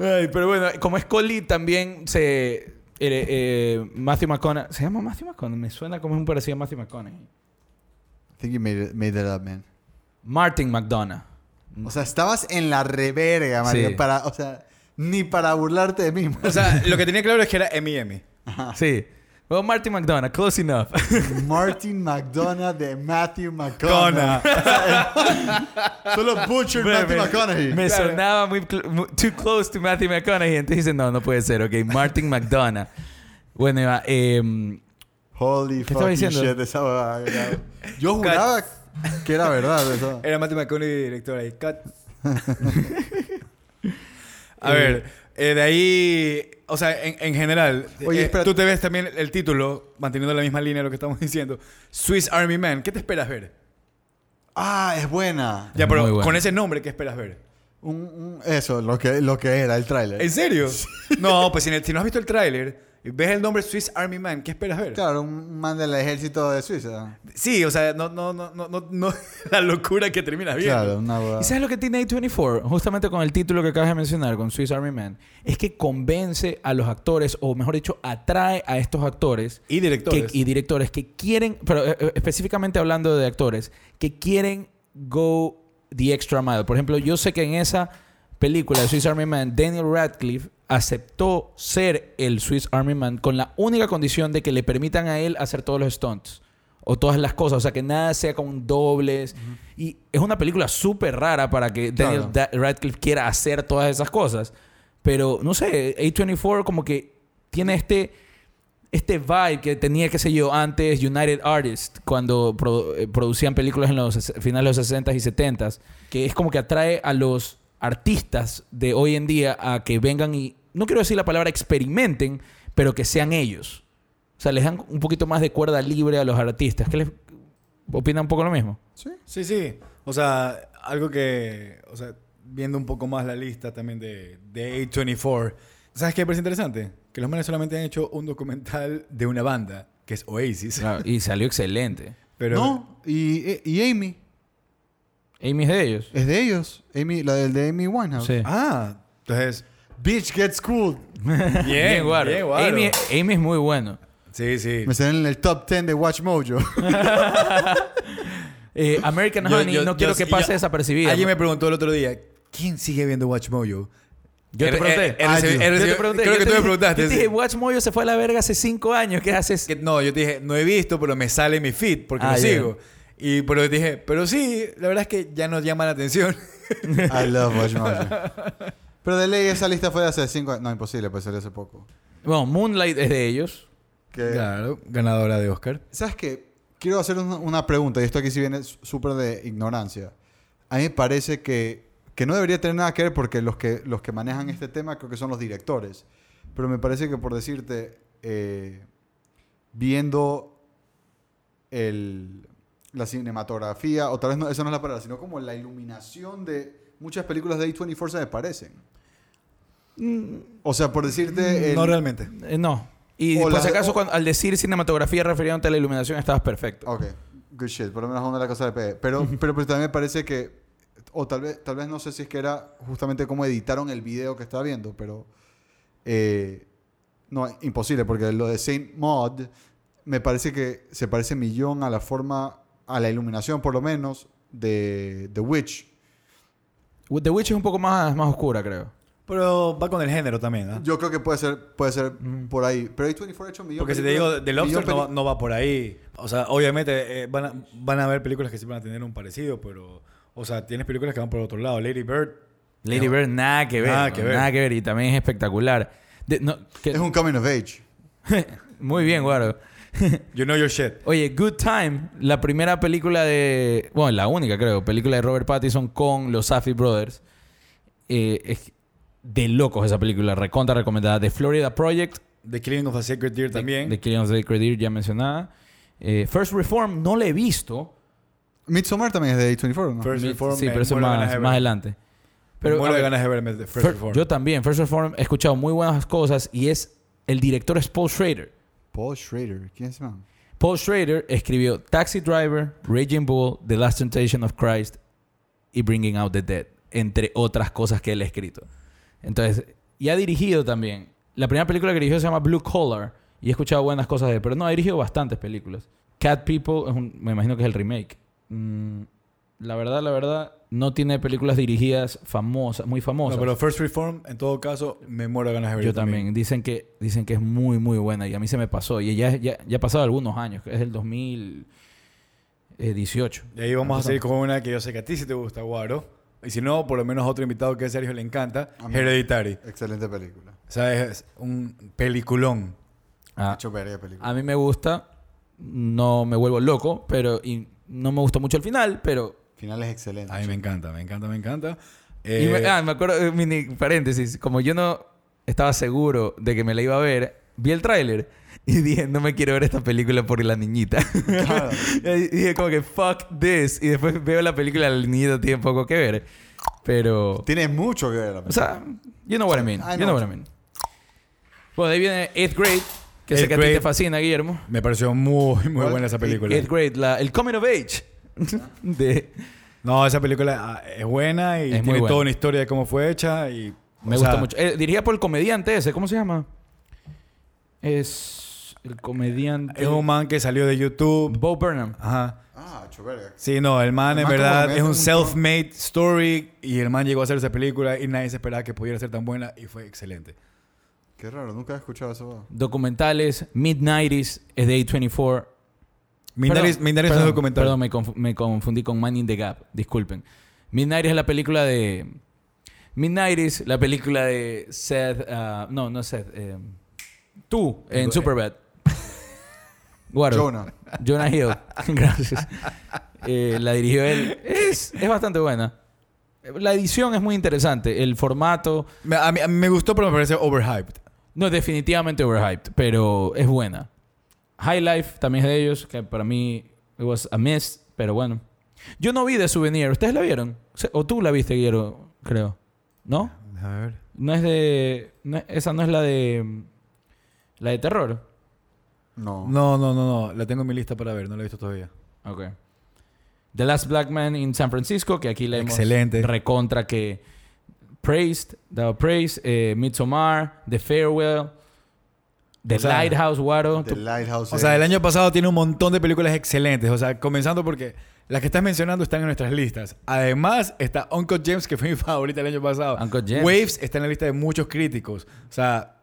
Ay, pero bueno, como es Collie, también se... eh, eh, Matthew McConaughey... ¿Se llama Matthew McConaughey? Me suena como es un parecido a Matthew McConaughey.
I think you made, it- made that up, man.
Martin McDonough.
O sea, estabas en la reverga, Mario.
Mm. Sí.
Para, o sea, ni para burlarte de mí. man.
O sea, lo que tenía claro es que era M&M.
Sí. Well, Martin McDonough, close enough.
Martin McDonough de Matthew
Cona.
McConaughey. Solo Butcher
Ve,
Matthew
ve.
McConaughey.
Me sonaba muy, cl- mu- too close to Matthew McConaughey. Entonces dice, no, no puede ser. Ok, Martin McDonough. Bueno, Eva, em,
Holy
estaba
fucking
diciendo?
shit, esa huevada. Yo juraba que era verdad. eso.
Era Matthew McConaughey, director ahí. Cut. A ver, eh, de ahí, o sea, en, en general,
Oye,
eh,
espera.
tú te ves también el título, manteniendo la misma línea de lo que estamos diciendo. Swiss Army Man, ¿qué te esperas ver?
Ah, es buena.
Ya,
Es
pero
muy bueno.
con ese nombre, ¿qué esperas ver?
Un- un- eso, lo que, lo que era el tráiler.
¿En serio? No, pues si, en el- si no has visto el tráiler y ves el nombre Swiss Army Man, ¿qué esperas ver?
Claro, un man del ejército de Suiza.
Sí, o sea, no, no, no, no, no, no- la locura que terminas viendo.
Claro, una huevada.
¿Y sabes lo que tiene A24? Justamente con el título que acabas de mencionar, con Swiss Army Man. Es que convence a los actores, o mejor dicho, atrae a estos actores
Y
que-
directores.
y directores que quieren, pero eh, eh, específicamente hablando de actores, que quieren go the extra mile. Por ejemplo, yo sé que en esa película de Swiss Army Man, Daniel Radcliffe aceptó ser el Swiss Army Man con la única condición de que le permitan a él hacer todos los stunts o todas las cosas, o sea, que nada sea con dobles. Y es una película súper rara para que Daniel
Claro.
Da- Radcliffe quiera hacer todas esas cosas. Pero, no sé, A24 como que tiene este este vibe que tenía, qué sé yo, antes United Artists, cuando pro- eh, producían películas en los ses- finales de los 60s y 70s, que es como que atrae a los artistas de hoy en día a que vengan y, no quiero decir la palabra experimenten, pero que sean ellos. O sea, les dan un poquito más de cuerda libre a los artistas. ¿Qué les opina un poco lo mismo?
Sí.
Sí, sí. O sea, algo que. O sea, viendo un poco más la lista también de, de A24. ¿Sabes qué me parece interesante? Que los manes solamente han hecho un documental de una banda, que es Oasis.
y salió excelente.
Pero.
No, y, y Amy.
Amy es de ellos.
Es de ellos. Amy, la del de Amy Winehouse.
Sí.
Ah, entonces.
Bitch gets cool.
Bien, bien,
guaro.
guaro.
Amy, Amy es muy bueno.
Sí, sí.
Me salen en el top 10 de Watch Mojo.
Eh, American
Yo-
Honey,
yo-
no quiero
yo-
que pase
yo-
desapercibida.
Alguien me preguntó el otro día: ¿quién sigue viendo Watch Mojo?
Yo te
Er-
pregunté.
er- er-
Ah,
recibe-
Yo
yo.
er-
te
recibe-
pregunté.
Creo
yo
que
te
tú me
dije-
preguntaste.
Yo te dije,
sí.
Watch Mojo se fue a la verga hace cinco años. ¿Qué haces?
Que- no, yo te dije, no he visto, pero me sale mi feed porque
Ah,
lo
ya.
sigo. Y pero dije, pero sí, la verdad es que ya nos llama la atención.
I love Watch Mojo. Pero de ley esa lista fue de hace 5 años. No, imposible, pues salió hace poco.
Bueno, Moonlight es de ellos.
Que-
Claro, ganadora de Oscar.
¿Sabes qué? Quiero hacer una, una pregunta, y esto aquí sí viene s- súper de ignorancia. A mí me parece que, que no debería tener nada que ver porque los que, los que manejan este tema creo que son los directores. Pero me parece que por decirte, eh, viendo el, la cinematografía, otra vez no, esa no es la palabra, sino como la iluminación de muchas películas de A24 se me parecen. O sea, por decirte... el-
Mm. No realmente.
Eh, no. Y
O
por
la-
si acaso,
o-
cuando- al decir cinematografía refiriéndote a la iluminación, estabas perfecto.
Ok, good shit. Por lo menos una de las cosas de PE. Pero, pero, pues también me parece que. O tal vez, tal vez no sé si es que era justamente cómo editaron el video que estaba viendo, pero. eh, no, imposible, porque lo de Saint Maud me parece que se parece millón a la forma. a la iluminación, por lo menos, de The Witch.
The Witch es un poco más, más oscura, creo.
Pero va con el género también, ¿ah? Mm.
Yo creo que puede ser, puede ser por ahí. Pero A24 ha hecho millón
Porque si te
películas-
digo, The
millón
Lobster no va,
peli-
no va por ahí. O sea, obviamente eh, van, a, van a haber películas que sí van a tener un parecido, pero... O sea, tienes películas que van por otro lado. Lady Bird.
Lady Bird, nada que ver.
Nada
¿no?
que ver.
Nada que ver. Y también es espectacular. De- no, que-
Es un coming of age.
Muy bien, Guaro.
You know your shit.
Oye, Good Time, la primera película de. Bueno, la única, creo. Película de Robert Pattinson con los Safety Brothers. Eh, es de locos esa película. Recontra recomendada. The Florida Project.
The Killing of a Sacred Deer también.
De Killing of the Sacred Deer, ya mencionada. Eh, First Reform, no la he visto.
Midsommar también es de A24, ¿no?
First
Mi-
Reform.
sí,
me
pero eso
muero de
más,
ganas de
más
ver.
adelante.
Me
Pero,
muero
a
de
ver,
ganas de verme The First
Fir-
Reform.
Yo también. First Reform, he escuchado muy buenas cosas. Y es... El director es Paul Schrader.
Paul Schrader. ¿Quién es ese man?
Paul Schrader escribió Taxi Driver, Raging Bull, The Last Temptation of Christ y Bringing Out the Dead, entre otras cosas que él ha escrito. Entonces, y ha dirigido también. La primera película que dirigió se llama Blue Collar y he escuchado buenas cosas de él, pero no, ha dirigido bastantes películas. Cat People, es un- me imagino que es el remake. Mm, la verdad, la verdad, no tiene películas dirigidas famosas, muy famosas.
No, pero First Reform, en todo caso, me muero de ganas de ver
Yo también. Dicen que, dicen que es muy, muy buena. Y a mí se me pasó. Y ya, ya, ya ha pasado algunos años. Es el 2018.
Y ahí vamos a seguir con una que yo sé que a ti sí te gusta, Guaro. Y si no, por lo menos a otro invitado que a Sergio le encanta,
A mí.
Hereditary.
Excelente película.
O sea, es un peliculón.
Ah,
Hecho verga de película.
a mí me gusta. No me vuelvo loco, pero... Y no me gustó mucho el final, pero...
Final es excelente.
A mí me encanta, me encanta, me encanta.
y
Eh,
me, ah, me acuerdo, eh, mini paréntesis. Como yo no estaba seguro de que me la iba a ver, vi el tráiler y dije, no me quiero ver esta película por la niñita.
Claro.
Y dije como que fuck this. Y después veo la película la niñita tiene poco que ver. Pero.
Tiene mucho que ver. la
O sea, you know what I mean.
I
You
know.
know what I mean. Bueno, ahí viene Eighth Grade, que sé
Eighth
que a ti te
Grade.
fascina, Guillermo.
me pareció muy, muy
¿Cuál?
buena esa película.
Eighth Grade, la- el Coming of Age. de,
No, esa película ah, es buena y
Es muy
tiene
buena.
toda una historia de cómo fue hecha. Y,
me
o
gusta
sea,
mucho. Eh, dirigida por el comediante ese, ¿cómo se llama? Es. El comediante.
Es un man que salió de YouTube.
Bo Burnham.
Ajá.
Ah, hecho verga.
Sí, no, el man
El man
en
como
verdad
que
es
mete
un
un-
self-made story y el man llegó a hacer esa película y nadie se esperaba que pudiera ser tan buena y fue excelente.
Qué raro, nunca he escuchado eso.
Documentales. Mid-90s. Es de A24. Perdón,
Mindaris Mindaris es un
perdón,
documental.
Perdón, me, confu- me confundí con Man in the Gap. Disculpen. Midnight es la película de... Midnight es la película de Seth... ah, no, no Seth. eh, tú, en
Eh,
Superbad. Guaro.
Jonah.
Jonah Hill. Gracias. Eh, la dirigió él. Es, es bastante buena. La edición es muy interesante. El formato...
Me- a, mí, a mí me gustó, pero me parece overhyped.
No, definitivamente overhyped, pero es buena. High Life también es de ellos, que para mí it was a miss, pero bueno. Yo no vi de Souvenir, ¿ustedes la vieron? O sea, O tú la viste, Guillermo, creo. ¿No?
A ver.
No es de... no es- esa no es la de... La de terror.
No.
No, no, no, no. La tengo en mi lista para ver. No la he visto todavía.
Ok. The Last Black Man in San Francisco, que aquí leemos
Excelente.
recontra que Praised, The Praise, eh, Midsommar, The Farewell, The
O sea,
Lighthouse, Waro.
The Lighthouse.
O sea,
es-
el año pasado tiene un montón de películas excelentes. O sea, comenzando porque las que estás mencionando están en nuestras listas. Además, está Uncle James, que fue mi favorita el año pasado.
Uncle James.
Waves está en la lista de muchos críticos. O sea,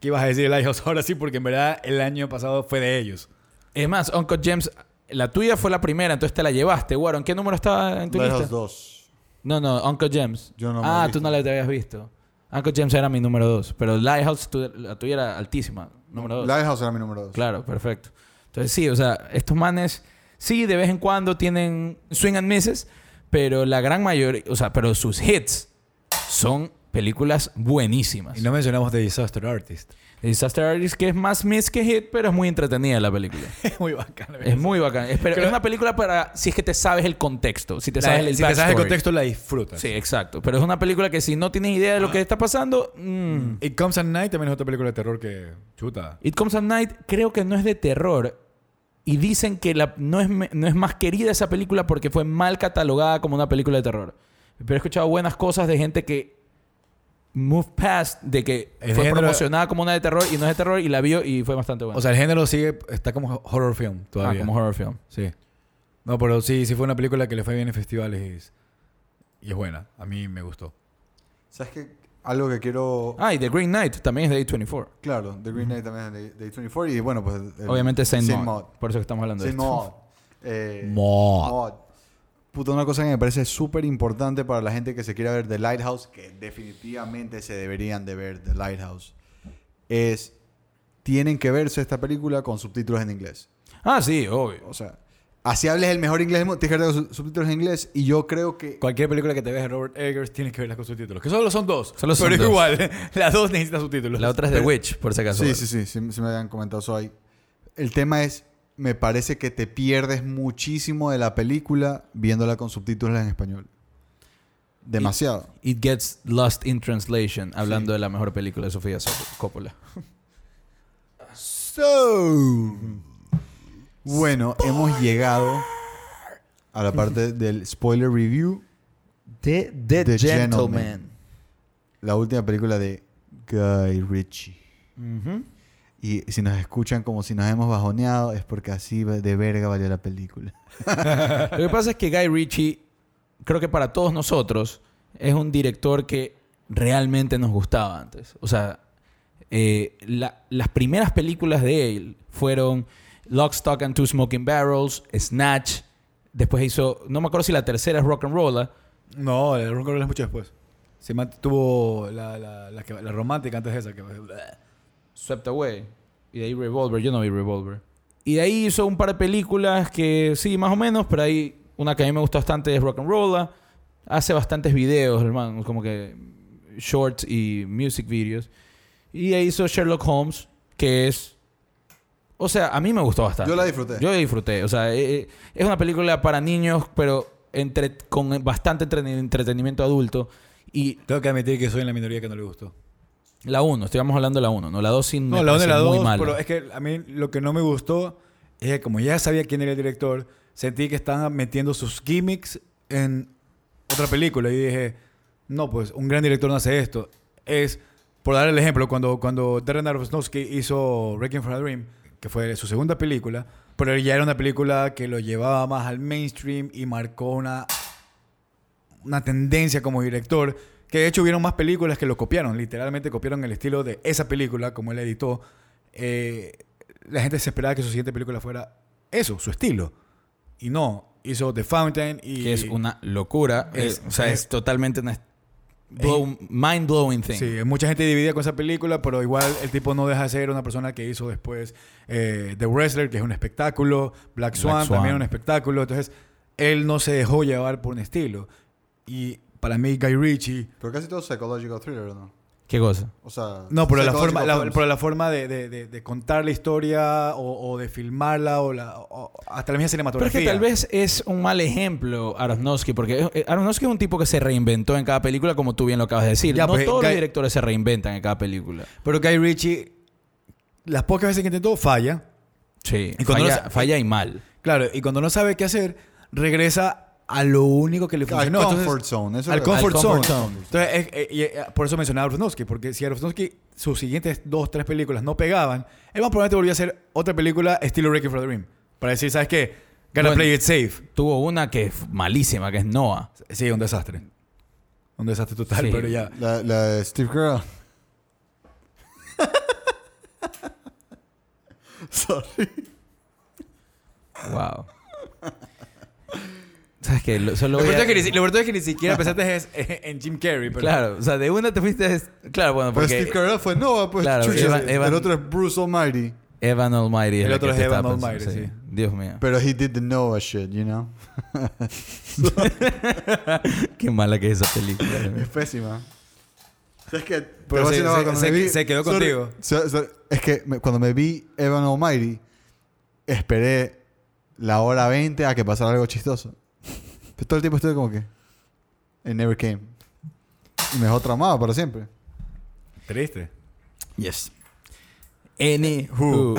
¿qué ibas a decir de Lighthouse ahora sí? Porque en verdad el año pasado fue de ellos.
Es más, Uncle James, la tuya fue la primera, entonces te la llevaste, Warren. ¿Qué número estaba en tu
Lighthouse
lista?
2.
No, no, Uncle James.
Yo no me
ah,
he
tú
visto.
no la habías visto. Uncle James era mi número dos, pero Lighthouse, tu- la tuya era altísima, número dos.
Lighthouse era mi número 2.
Claro, perfecto. Entonces sí, o sea, estos manes, sí, de vez en cuando tienen swing and misses, pero la gran mayoría, o sea, pero sus hits son películas buenísimas.
Y no mencionamos The Disaster Artist.
Disaster Artist, que es más miss que hit, pero es muy entretenida la película.
Es muy bacana.
Es muy bacán. Es, pero
Creo-
es una película para si es que te sabes el contexto, si te
La-
sabes el
si te sabes el
backstory.
contexto, pues. la disfrutas.
Sí, exacto. Pero es una película que si no tienes idea
Ah.
de lo que está pasando, mm.
It Comes at Night también es otra película de terror que chuta.
It Comes at Night creo que no es de terror. Y dicen que la, no, es, me- no es más querida esa película porque fue mal catalogada como una película de terror. Pero he escuchado buenas cosas de gente que move past de que
Es de
fue
género-
promocionada como una de terror y no es de terror y la vio y fue bastante buena.
O sea, el género sigue, está como horror film
Ah,
todavía.
como horror film.
Sí. No, pero sí, sí fue una película que le fue bien en festivales y, y es buena. A mí me gustó.
¿Sabes qué? Algo que quiero.
Ah, y The Green Knight también es de A24.
Claro, The Green Knight también es de de A24. Y bueno, pues. el-
Obviamente Saint,
Saint
Maud.
Maud.
Por eso que estamos hablando
Sin
de esto.
mod. Eh,
Mod.
mod. Puta, una cosa que me parece súper importante para la gente que se quiera ver The Lighthouse, que definitivamente se deberían de ver The Lighthouse, es tienen que verse esta película con subtítulos en inglés.
Ah, sí, obvio.
O sea, así hables el mejor inglés del mundo, tienes que ver con subtítulos en inglés y yo creo que...
Cualquier película que te veas de Robert Eggers tienes que verla con subtítulos. Que solo son dos.
Solo son
pero
dos.
igual, las dos necesitan subtítulos.
La otra es The Witch, por si acaso.
Sí, sí, sí, sí, sí me habían comentado eso ahí. El tema es, me parece que te pierdes muchísimo de la película viéndola con subtítulos en español. Demasiado.
It Gets Lost in Translation, hablando
Sí.
de la mejor película de Sofía Sop- Coppola.
So. Bueno, hemos llegado a la parte del spoiler review.
The, the,
The
Gentleman.
Gentleman. La última película de Guy Ritchie. Y si nos escuchan como si nos hemos bajoneado, es porque así de verga valió la película.
Lo que pasa es que Guy Ritchie creo que para todos nosotros es un director que realmente nos gustaba antes. O sea, eh, la- las primeras películas de él fueron Lock, Stock and Two Smoking Barrels, Snatch. Después hizo, no me acuerdo si la tercera es Rock and Roll.
No, el Ron Carroll es mucho después. Se mat- tuvo la, la, la, que- la romántica antes de esa. Que,
Swept Away. Y de ahí Revolver. Yo no vi Revolver. Y de ahí hizo un par de películas que sí, más o menos, pero ahí una que a mí me gusta bastante es Rock and Roll. Hace bastantes videos, hermano, como que shorts y music videos. Y ahí hizo Sherlock Holmes, que es... O sea, a mí me gustó bastante.
Yo la disfruté.
Yo la disfruté. O sea, eh, eh, es una película para niños, pero entre, con bastante entre- entretenimiento adulto. Y
Tengo que admitir que soy en la minoría que no le gustó.
la 1, estábamos hablando de la 1, ¿no? La 2 sin...
No, la 1 y la 2, pero es que a mí lo que no me gustó es que como ya sabía quién era el director, sentí que estaban metiendo sus gimmicks en otra película y dije, no, pues un gran director no hace esto. Es, por dar el ejemplo, cuando, cuando Darren Aronofsky hizo Wrecking for a Dream, que fue su segunda película, pero ya era una película que lo llevaba más al mainstream y marcó una una tendencia como director, que de hecho hubieron más películas que lo copiaron, literalmente copiaron el estilo de esa película, como él la editó. Eh, la gente se esperaba que su siguiente película fuera eso, su estilo. Y no, hizo The Fountain y...
que es una locura.
Es-
eh, o sea, es,
es-
totalmente una blow- mind-blowing thing.
Sí, mucha gente dividida con esa película, pero igual el tipo no deja de ser una persona que hizo después eh, The Wrestler, que es un espectáculo, Black Swan,
Swan.
también un espectáculo. Entonces, él no se dejó llevar por un estilo. Y para mí, Guy Ritchie
Pero casi todo psychological thriller, ¿no?
¿Qué cosa?
O sea...
No, pero la forma,
psychological
la,
films.
pero la forma de, de- de- de contar la historia o, o de filmarla o, la, o- o hasta la
Pero
misma
es
cinematografía.
que tal vez es un mal ejemplo Aronofsky, porque eh, Aronofsky es un tipo que se reinventó en cada película, como tú bien lo acabas de decir.
Ya,
no
pues,
todos
Guy-
los directores se reinventan en cada película.
Pero Guy Ritchie, las pocas veces que intentó, falla.
Sí,
Y cuando
falla,
no se-
falla y mal.
Claro, y cuando no sabe qué hacer, regresa a lo único que le
Al
funcionó. Entonces,
Ah, comfort zone. Eso
al
es-
comfort,
al comfort
zone.
zone.
Entonces, es- eh, y, eh, por eso mencionaba a Aronofsky, porque si Aronofsky sus siguientes dos, tres películas no pegaban, él más probablemente volvía a hacer otra película estilo Wrecking for the Dream. Para decir, ¿sabes qué? Gotta
Bueno.
play it safe.
Tuvo una que es malísima, que es Noah.
Sí, un desastre. Un desastre total,
Sí.
pero ya.
La, la de Steve Carell. Sorry.
Wow. ¿Sabes qué? Lo, solo
Lo
voy
peor,
a-
es que ni, lo peor es que ni siquiera pensaste es- en Jim Carrey. Pero
Claro, o sea, de una te fuiste... a- Claro, bueno,
Pero
porque...
Steve Carell fue Noah, pues
Claro,
chucha,
Evan- Evan-
el otro es Bruce Almighty.
Evan Almighty. es
El
la
otro
que
es
te
Evan
estaba pensando,
Almighty, sí.
Dios mío.
Pero he did the Noah shit, you know.
Qué mala que es esa película.
Es pésima. Es que te voy
Pero
a
se-
decir algo,
se-
cuando
se-
me vi-
se quedó
sorry,
contigo.
so- so- es que me- cuando me vi Evan Almighty, esperé la hora 20 a que pasara algo chistoso. Pero todo el tiempo estuve como que. It never came. Y me dejó tramado para siempre.
Triste.
Yes. Anywho.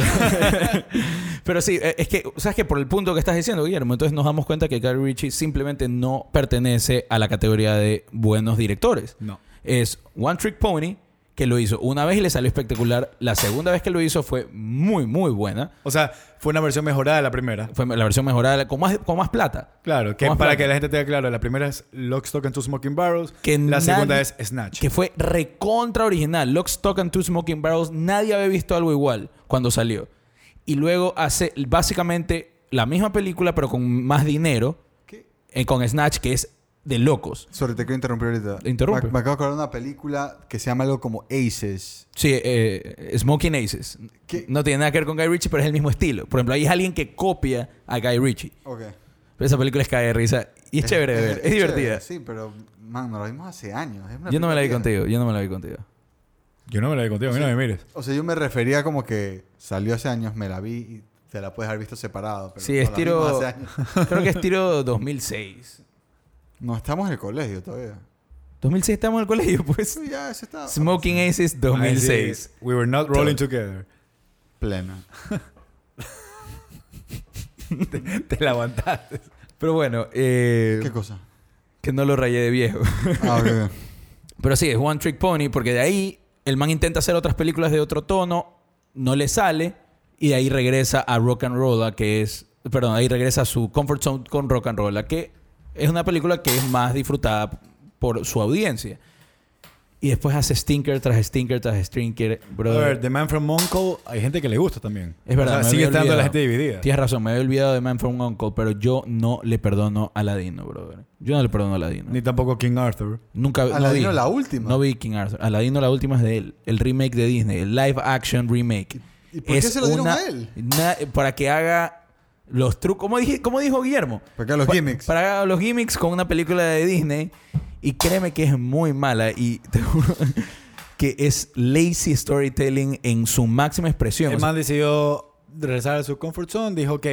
Pero sí, eh, es que, ¿sabes que Por el punto que estás diciendo, Guillermo, entonces nos damos cuenta que Gary Ritchie simplemente no pertenece a la categoría de buenos directores.
No.
Es One Trick Pony, que lo hizo una vez y le salió espectacular. La segunda vez que lo hizo fue muy, muy buena.
O sea, fue una versión mejorada de la primera.
Fue la versión mejorada con más, con más plata.
Claro, que
Con
para
más plata.
que la gente tenga claro, la primera es Lock, Stock and Two Smoking Barrels.
Que
la
nadie-
segunda es Snatch.
que fue recontra original. Lock, Stock and Two Smoking Barrels. Nadie había visto algo igual cuando salió. Y luego hace básicamente la misma película, pero con más dinero,
¿Qué?
eh, con Snatch, que es de locos.
Sorry, te quiero interrumpir ahorita.
Interrumpe.
Me, me acabo de acordar de una película que se llama algo como Aces.
Sí, eh, Smoking Aces.
¿Qué?
No tiene nada que ver con Guy Ritchie, pero es el mismo estilo. Por ejemplo, ahí es alguien que copia a Guy Ritchie.
Ok.
Pero esa película es cae de risa. Y es chévere de ver. Es,
chévere,
divertida.
Sí, pero, man, nos la vimos hace años. Es una
Yo no me la vi
película vieja.
contigo. Yo no me la vi contigo.
Yo no me la vi contigo, a mí no me mires.
O sea, yo me refería como que salió hace años, me la vi y te la puedes haber visto separado. Pero
Sí,
nos la
es tiro...
vimos hace años.
Creo que es tiro 2006.
No estamos en el colegio todavía.
2006 estamos en el colegio, pues.
Sí, ya, eso está.
Smoking Aces 2006.
Ahí sí, We were not rolling together.
Plena.
Te la aguantaste.
Pero bueno, eh,
¿Qué cosa?
que no lo rayé de viejo.
Ah, ok, ok.
Pero sí, es One Trick Pony porque de ahí el man intenta hacer otras películas de otro tono, no le sale y de ahí regresa a Rock and Roll, que es, perdón, ahí regresa a su comfort zone con Rock and Roll, que es una película que es más disfrutada por su audiencia. Y después hace stinker tras stinker tras stinker,
A
brother.
ver, The Man from Uncle, hay gente que le gusta también.
Es verdad,
O sea,
me
sigue
había
estando la
olvidado.
gente dividida.
Tienes razón, me había olvidado de Man from Uncle, pero yo no le perdono a Aladino, brother. Yo no le perdono a Aladino.
Ni tampoco King Arthur.
Nunca no
Aladino
vi.
Ah, la última.
No vi King Arthur. Aladino la última es de él. El remake de Disney. El live action remake.
¿Y por qué se lo dieron
una-
a él?
una- para que haga los trucos. ¿Cómo, dije- cómo dijo Guillermo?
Para Pues acá los
Pa-
gimmicks.
Para que haga los gimmicks con una película de Disney. Y créeme que es muy mala. Y te juro que es lazy storytelling en su máxima expresión.
El
O sea,
man decidió regresar a su comfort zone. Dijo, ok,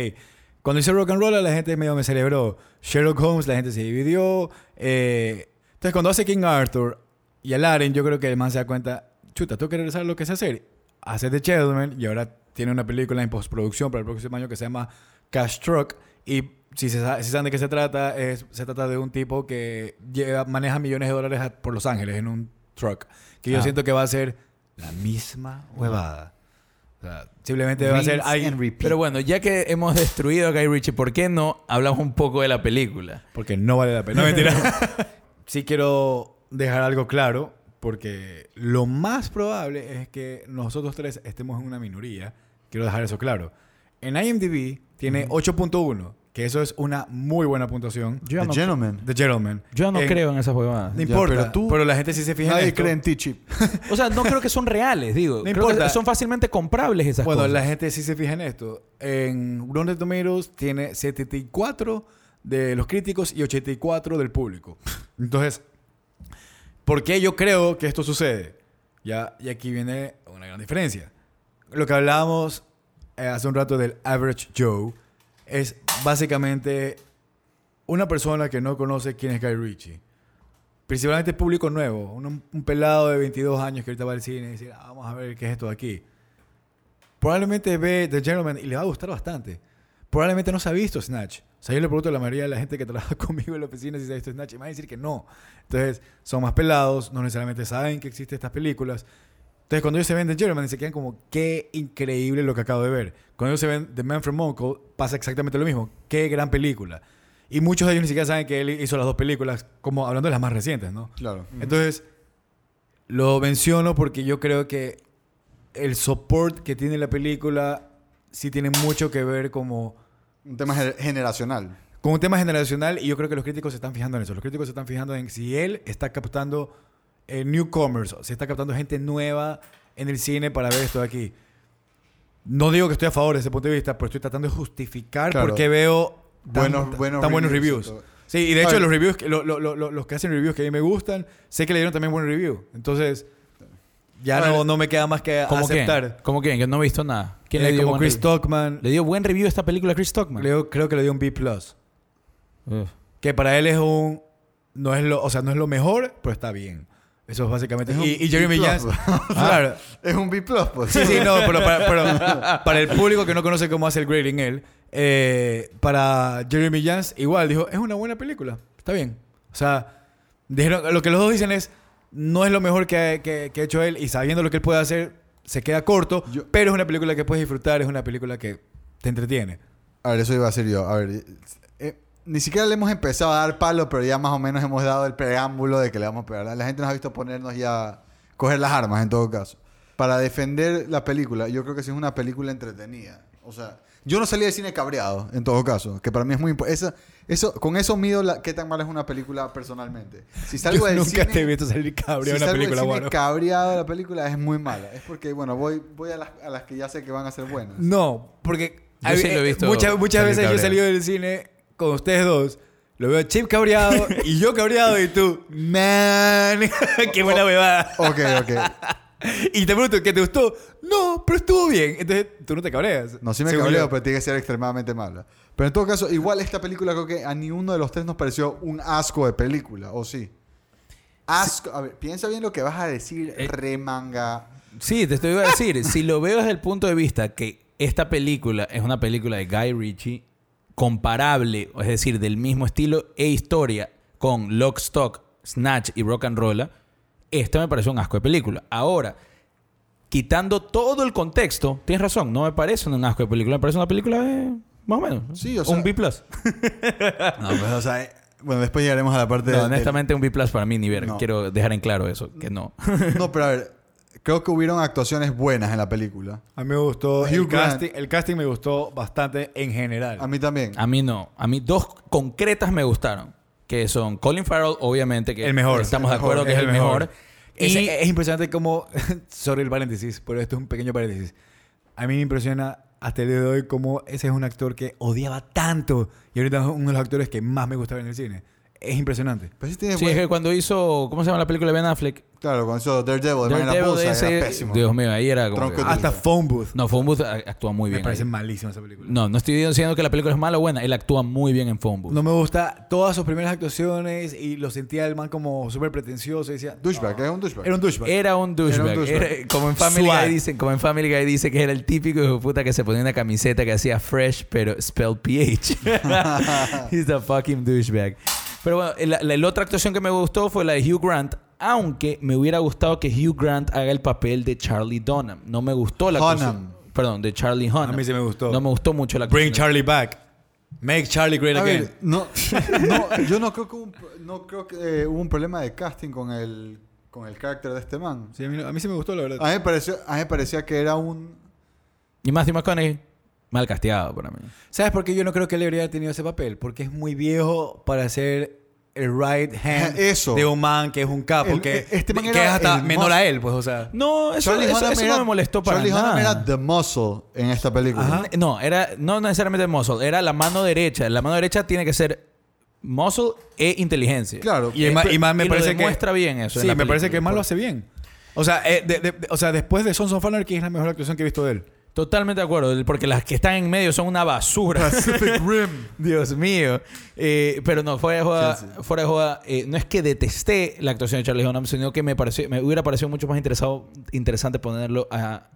cuando hice rock and roll, la gente medio me celebró. Sherlock Holmes, la gente se dividió. eh, entonces, cuando hace King Arthur y Alaren, yo creo que el man se da cuenta, chuta, tengo que regresar a lo que sé hacer. Hace The Gentleman y ahora tiene una película en postproducción para el próximo año que se llama Cash Truck. Y si, se, sa- si saben de qué se trata, es- se trata de un tipo que lleva- maneja millones de dólares a- por Los Ángeles en un truck. Que yo
Ah.
siento que va a ser la misma huevada. O sea, simplemente va a ser
Rinse and
alguien.
repeat.
Pero bueno, ya que hemos destruido a Guy Ritchie, ¿por qué no hablamos un poco de la película?
Porque no vale la pena. No, mentira. sí quiero dejar algo claro, porque lo más probable es que nosotros tres estemos en una minoría. Quiero dejar eso claro. En IMDb tiene 8.1, que eso es una muy buena puntuación.
Yo
The
no,
Gentleman.
The Gentleman.
yo no
En-
creo en esas huevadas.
No importa,
pero
pero,
tú-
la gente sí se fija en
Nadie
esto.
cree en ti, Chip.
O sea, no creo que son reales, digo. Creo que
importa.
son fácilmente comprables esas
Bueno,
cosas.
la gente sí se fija en esto. En Rotten Tomatoes tiene 74 de los críticos y 84 del público. Entonces, ¿por qué yo creo que esto sucede? Ya, y aquí viene una gran diferencia. Lo que hablábamos eh, hace un rato del Average Joe es básicamente una persona que no conoce quién es Guy Ritchie. Principalmente público nuevo, un, un pelado de 22 años que ahorita va al cine y dice, "Ah, vamos a ver qué es esto de aquí probablemente ve The Gentleman y le va a gustar bastante. Probablemente no se ha visto Snatch. O sea, yo le pregunto a la mayoría de la gente que trabaja conmigo en la oficina si se ha visto Snatch y me va a decir que no. Entonces, son más pelados, no necesariamente saben que existen estas películas. Entonces, cuando ellos se ven The Gentleman, se quedan como, qué increíble lo que acabo de ver. Cuando ellos se ven The Man from Uncle, pasa exactamente lo mismo. Qué gran película. Y muchos de ellos ni siquiera saben que él hizo las dos películas, como hablando de las más recientes, ¿no?
Claro.
Entonces, lo menciono porque yo creo que el support que tiene la película sí tiene mucho que ver como
Un tema gener- generacional.
con un tema generacional y yo creo que los críticos se están fijando en eso. Los críticos se están fijando en si él está captando eh, newcomers, si está captando gente nueva en el cine para ver esto de aquí. No digo que estoy a favor de ese punto de vista, pero estoy tratando de justificar
Claro.
por qué veo tan
Buenos-
tan-
buenos
tan buenos
reviews
reviews.
y todo.
Sí, y de
A
hecho
ver.
los reviews, que- lo- lo- lo- lo- los que hacen reviews que a mí me gustan, sé que le dieron también buen review. Entonces, ya
A ver.
no, no me queda más que
¿Cómo
aceptar.
quién? ¿Cómo quién? Yo no he visto nada. ¿Quién
Eh,
le dio
como
buen
Chris
review?
Stockman,
¿Le dio buen review a esta película a Chris Stockman?
le- creo que le dio un B+.
Ugh.
Que para él es un. No es lo, o sea, no es lo mejor, pero está bien. Eso es básicamente.
Es un
y, y Jeremy
B+.
Jans. claro.
Es un B+, pues.
Sí, sí, no, pero para, pero para el público que no conoce cómo hace el grading él, eh, para Jeremy Jans, igual dijo: es una buena película. Está bien. O sea, dijeron, lo que los dos dicen es: no es lo mejor que, que- que ha hecho él y sabiendo lo que él puede hacer, se queda corto,
Yo-
pero es una película que puedes disfrutar, es una película que te entretiene.
A ver, eso iba a ser yo. A ver, eh, ni siquiera le hemos empezado a dar palo, pero ya más o menos hemos dado el preámbulo de que le vamos a pegar. La gente nos ha visto ponernos ya... Coger las armas, en todo caso. Para defender la película, yo creo que sí es una película entretenida. O sea, yo no salí de cine cabreado, en todo caso. Que para mí es muy importante. Eso, con eso mido la, qué tan mala es una película personalmente. Si salgo
Yo
del
nunca
cine...
te he visto salir cabreado
si
en una
salgo del
película,
cine
bueno.
cabreado de la película es muy mala. Es porque, bueno, voy, voy a, las, a las que ya sé que van a ser buenas.
No, porque
Yo sí lo he visto
muchas, muchas
salir
veces yo he
cabreado.
salido del cine con ustedes dos. Lo veo a Chip cabreado y yo cabreado y tú, man, qué buena bebada.
Ok, ok.
Y te pregunto, ¿qué te gustó? No, pero estuvo bien. Entonces tú no te cabreas.
No, sí me
Según
cabreo,
yo.
pero tiene que ser extremadamente mala. Pero en todo caso, igual esta película creo que a ni uno de los tres nos pareció un asco de película, ¿o sí? Asco. A ver, piensa bien lo que vas a decir,
Eh.
remanga.
Sí, te estoy iba a decir. si lo veo desde el punto de vista que esta película es una película de Guy Ritchie comparable, es decir, del mismo estilo e historia con Lock, Stock, Snatch y Rock and Roll, esta me parece un asco de película. Ahora, quitando todo el contexto, tienes razón, no me parece un asco de película, me parece una película de más o menos.
Sí, o sea-
Un B+.
No, pues, o sea, eh, Bueno, después llegaremos a la parte
No,
del-
honestamente un B plus para mí ni ver.
No.
Quiero dejar en claro eso, que no.
No, pero a ver, creo que hubieron actuaciones buenas en la película.
A mí me gustó
Hugh
el
Grant.
casting, el casting me gustó bastante en general.
A mí también.
A mí no. A mí dos concretas me gustaron. Que son Colin Farrell, obviamente, que
El mejor.
estamos
El
de acuerdo
mejor,
que es el mejor.
Es,
Y
es impresionante cómo, sorry el paréntesis, pero esto es un pequeño paréntesis. A mí me impresiona hasta el día de hoy cómo ese es un actor que odiaba tanto y ahorita es uno de los actores que más me gusta ver en el cine. Es impresionante.
Pero sí tiene
sí, es
buen-
que cuando hizo, ¿cómo se llama la película de Ben Affleck?
Claro, con eso Daredevil, el man en la
Daredevil,
bolsa,
ese-
era pésimo.
Dios mío, ahí era como
Tronco
que-
de-
Hasta Phone Booth.
No, Phone Booth a- actúa muy bien.
me parece
ahí.
malísima esa película.
No, no estoy diciendo que la película es mala o buena. Él actúa muy bien en Phone Booth.
No me gusta todas sus primeras actuaciones y lo sentía el man como súper pretencioso. y Decía,
Douchebag,
"No".
era un douchebag.
Era un douchebag.
Era un douchebag.
Era un douchebag.
Era- como en Family
Suave.
Guy dicen, como en Family Guy dice que era el típico hijo de puta que se ponía una camiseta que hacía fresh pero spell ph. He's a fucking douchebag. Pero bueno, la, la- la otra actuación que me gustó fue la de Hugh Grant, aunque me hubiera gustado que Hugh Grant haga el papel de Charlie Donham. No me gustó la
Hunnam.
actuación. Perdón, de Charlie Hunnam.
A mí sí me gustó.
No me gustó mucho la
Bring
actuación.
Charlie back. Make Charlie great
A
again.
ver, no, no, yo no creo que, hubo un, pro- no creo que eh, hubo un problema de casting con el, con el carácter de este man.
Sí, a, mí, a mí sí me gustó, la verdad.
A mí me pareció, a mí me parecía que era un...
Y Matthew McConaughey, mal casteado para mí.
¿Sabes por qué yo no creo que él debería haber tenido ese papel? Porque es muy viejo para ser el right hand
Eso.
de un man que es un capo,
El-
e-,
que,
este man
que
era
es hasta
el
menor
más-
a él, pues, o sea.
No, eso, eso-
Hunnam
eso no
era-
me molestó para
Charlie
nada.
Hunnam era the muscle en esta película.
Ajá.
No, era no necesariamente muscle, era la mano derecha. La mano derecha tiene que ser muscle e inteligencia.
Claro.
Y, el man-
pero-
y man me
y lo
parece que.
demuestra bien eso en
Sí,
la
me parece
película, pues.
que el man lo
por-
hace bien. O sea, eh, de- de- de- o sea, después de Sons of Anarchy es la mejor actuación que he visto de él.
Totalmente de acuerdo, porque las que están en medio son una basura.
Pacific Rim.
Dios mío. Eh, pero no, fuera de joda, fuera de joda, eh, no es que detesté la actuación de Charlie Hunnam, sino que me, pareció, me hubiera parecido mucho más interesado, interesante ponerlo a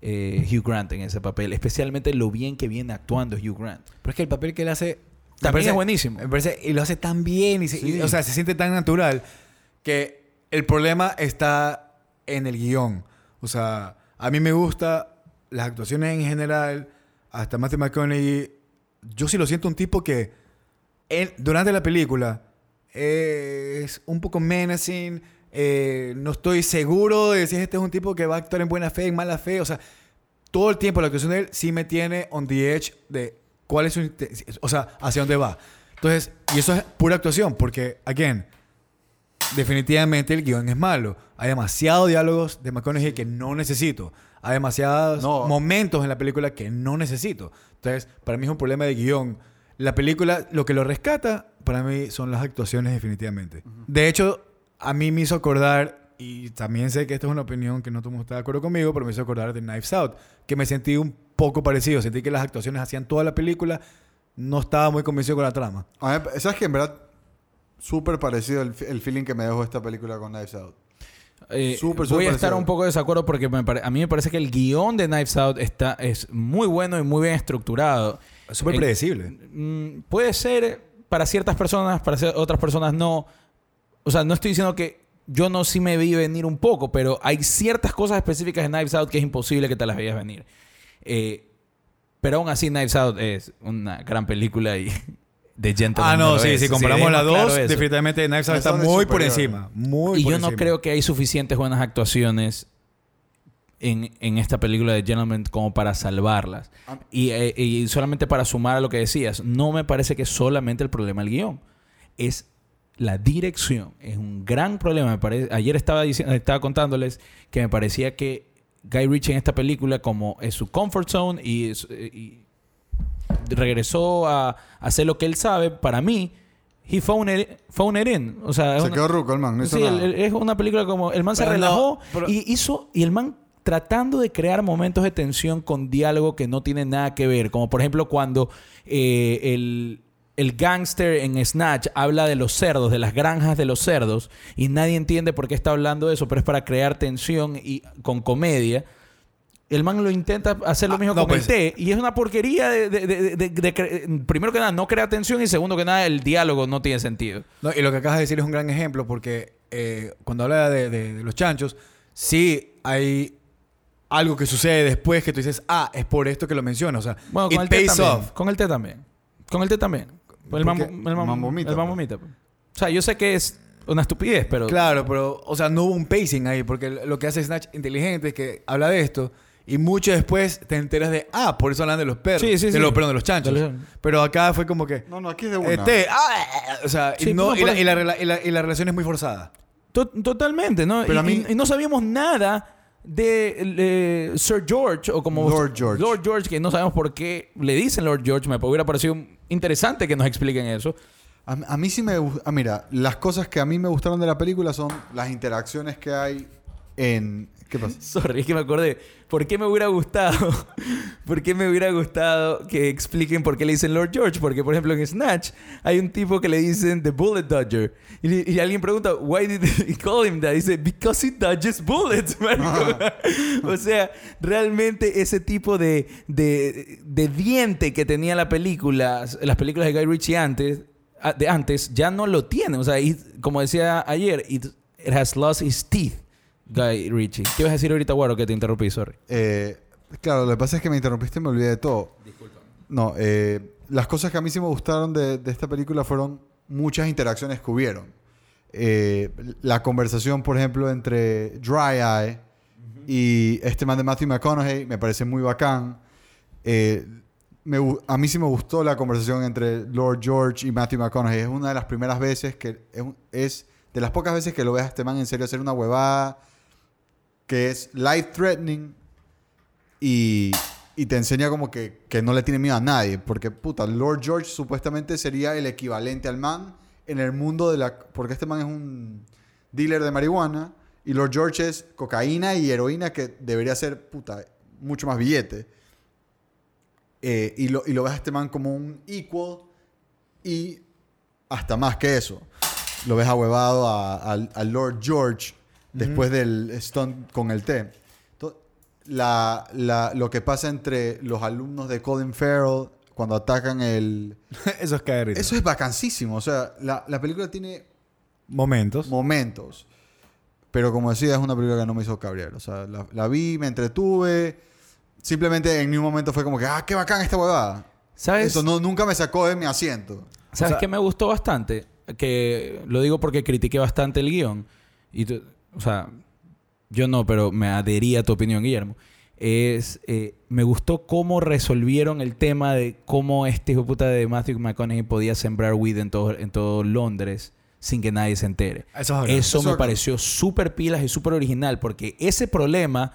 eh, Hugh Grant en ese papel, especialmente lo bien que viene actuando Hugh Grant.
Pero es que el papel que él hace. me
También es buenísimo.
Me parece, y lo hace tan bien. Y se-
Sí.
y, o sea, se siente tan natural que el problema está en el guión. O sea, a mí me gusta las actuaciones en general. Hasta Matthew McConaughey. Yo sí lo siento un tipo que él, durante la película es un poco menacing. eh, no estoy seguro de si este es un tipo que va a actuar en buena fe, en mala fe. O sea, todo el tiempo la actuación de él sí me tiene on the edge de cuál es su... inte- O sea, hacia dónde va. Entonces, y eso es pura actuación, porque, again, definitivamente el guión es malo. Hay demasiados diálogos de McConaughey que no necesito. Hay demasiados
No.
momentos en la película que no necesito. Entonces, para mí es un problema de guión. La película, lo que lo rescata, para mí son las actuaciones definitivamente. De hecho, a mí me hizo acordar, y también sé que esta es una opinión que no todo el mundo está de acuerdo conmigo, pero me hizo acordar de Knives Out, que me sentí un poco parecido. Sentí que las actuaciones hacían toda la película. No estaba muy convencido con la trama.
A mí- ¿Sabes que En verdad, súper parecido el, fi- el feeling que me dejó esta película con Knives Out.
Eh,
Súper,
voy
súper
a estar
parecido.
un poco de desacuerdo porque me pare- a mí me parece que el guión de Knives Out está, es muy bueno y muy bien estructurado.
Súper
En-
predecible.
Mm, puede ser para ciertas personas, para cier- otras personas no. O sea, no estoy diciendo que yo no sí me vi venir un poco, pero hay ciertas cosas específicas de Knives Out que es imposible que te las veas venir. Eh, pero aún así, Knives Out es una gran película y de gentleman.
Ah,
lo
no, sí,
es.
si comparamos
es
las
claro
dos,
eso.
definitivamente Knives Out
Knives
está
Out es
muy por
superior.
encima. Muy
Y
por
yo no
encima.
creo que hay suficientes buenas actuaciones en, en esta película de Gentleman como para salvarlas.
Ah.
Am-
Y, eh, y solamente para sumar a lo que decías, no me parece que es solamente el problema del guión. Es la dirección. Es un gran problema. Me parece, ayer estaba, diciendo, estaba contándoles que me parecía que Guy Ritchie en esta película, como es su comfort zone y, es- eh, y regresó a, hacer lo que él sabe, para mí, he phoned it, phoned it in. O sea, es
Se
una-
quedó ruco el man, no hizo
Sí,
nada.
el- el- es una película como el man se
Pero no,
relajó
pero-
y hizo y el man tratando de crear momentos de tensión con diálogo que no tiene nada que ver, como por ejemplo cuando eh, el el gángster en Snatch habla de los cerdos, de las granjas de los cerdos, y nadie entiende por qué está hablando de eso, pero es para crear tensión y con comedia. El man lo intenta hacer lo
Ah,
mismo
no,
con
pues-
el té, y es una porquería de, de- de- de- de cre- primero que nada no crea tensión y segundo que nada el diálogo no tiene sentido.
No, y lo que acabas de decir es un gran ejemplo porque eh, cuando habla de, de- de los chanchos, sí hay algo que sucede después que tú dices, ah, es por esto que lo mencionas. O sea,
Bueno,
it
con el té
pays
también.
off.
Con el té también. Con el té también. Pues el man,
Porque
el man-
man vomita,
el man
pues.
vomita, pues. O sea, yo sé que es una estupidez, pero...
Claro, pero, o sea, no hubo un pacing ahí, porque lo que hace Snatch inteligente es que habla de esto y mucho después te enteras de, ah, por eso hablan de los perros,
Sí, sí,
de
sí.
los perros, de los chanchos.
De los-
Pero acá fue como que,
No, no, aquí es de una.
este, ah, o sea, y,
Sí,
no-
no,
y la,
por-
y la rela- y la- y la relación es muy forzada.
To- totalmente, ¿no?
Pero
y,
a mí-
y- y no sabíamos nada de eh, Sir George o como
Lord George.
Lord George, que no sabemos por qué le dicen Lord George. Me hubiera parecido interesante que nos expliquen eso.
A, a mí sí me gusta. mira, las cosas que a mí me gustaron de la película son las interacciones que hay en. ¿Qué pasa?
Sorry, es que me acordé. ¿Por qué me hubiera gustado? ¿Por qué me hubiera gustado que expliquen por qué le dicen Lord George? Porque, por ejemplo, en Snatch hay un tipo que le dicen The Bullet Dodger. Y, le- y alguien pregunta, ¿Why did they call him that? Y dice, Because he dodges bullets, marico". o sea, realmente ese tipo de, de, de diente que tenía la película, las películas de Guy Ritchie antes, a- de antes, ya no lo tiene. O sea, it- como decía ayer, it, it has lost its teeth. Guy Ritchie. ¿Qué vas a decir ahorita, Guaro, que te interrumpí? Sorry.
Eh, claro, lo que pasa es que me interrumpiste y me olvidé de todo. No, eh, las cosas que a mí sí me gustaron de, de esta película fueron muchas interacciones que hubieron. Eh, la conversación, por ejemplo, entre Dry Eye y este man de Matthew McConaughey me parece muy bacán. Eh, me gu- a mí sí me gustó la conversación entre Lord George y Matthew McConaughey. Es una de las primeras veces que es, un- es de las pocas veces que lo ves a este man en serio hacer una huevada que es life threatening y, y te enseña como que, que no le tiene miedo a nadie. Porque, puta, Lord George supuestamente sería el equivalente al man en el mundo de la... Porque este man es un dealer de marihuana y Lord George es cocaína y heroína que debería ser, puta, mucho más billete. Eh, y, lo, y lo ves a este man como un equal y hasta más que eso. Lo ves ahuevado a, al- al Lord George después del stunt con el té. To- La, la- lo que pasa entre los alumnos de Colin Farrell cuando atacan el...
Eso es caer.
Eso es vacancísimo. O sea, la, la película tiene
Momentos.
momentos. Pero como decía, es una película que no me hizo cabrear. O sea, la, la vi, me entretuve. Simplemente en ningún momento fue como que, ah, qué bacán esta huevada.
¿Sabes?
Eso no, nunca me sacó de mi asiento.
¿Sabes
O sea-
qué me gustó bastante? Que lo digo porque critiqué bastante el guión. Y tú- o sea, yo no, pero me adhería a tu opinión, Guillermo. Es, eh, me gustó cómo resolvieron el tema de cómo este hijo de puta de Matthew McConaughey podía sembrar weed en todo, en todo Londres sin que nadie se entere.
Eso es verdad.
Eso
Eso
me
es-
pareció súper pilas y súper original porque ese problema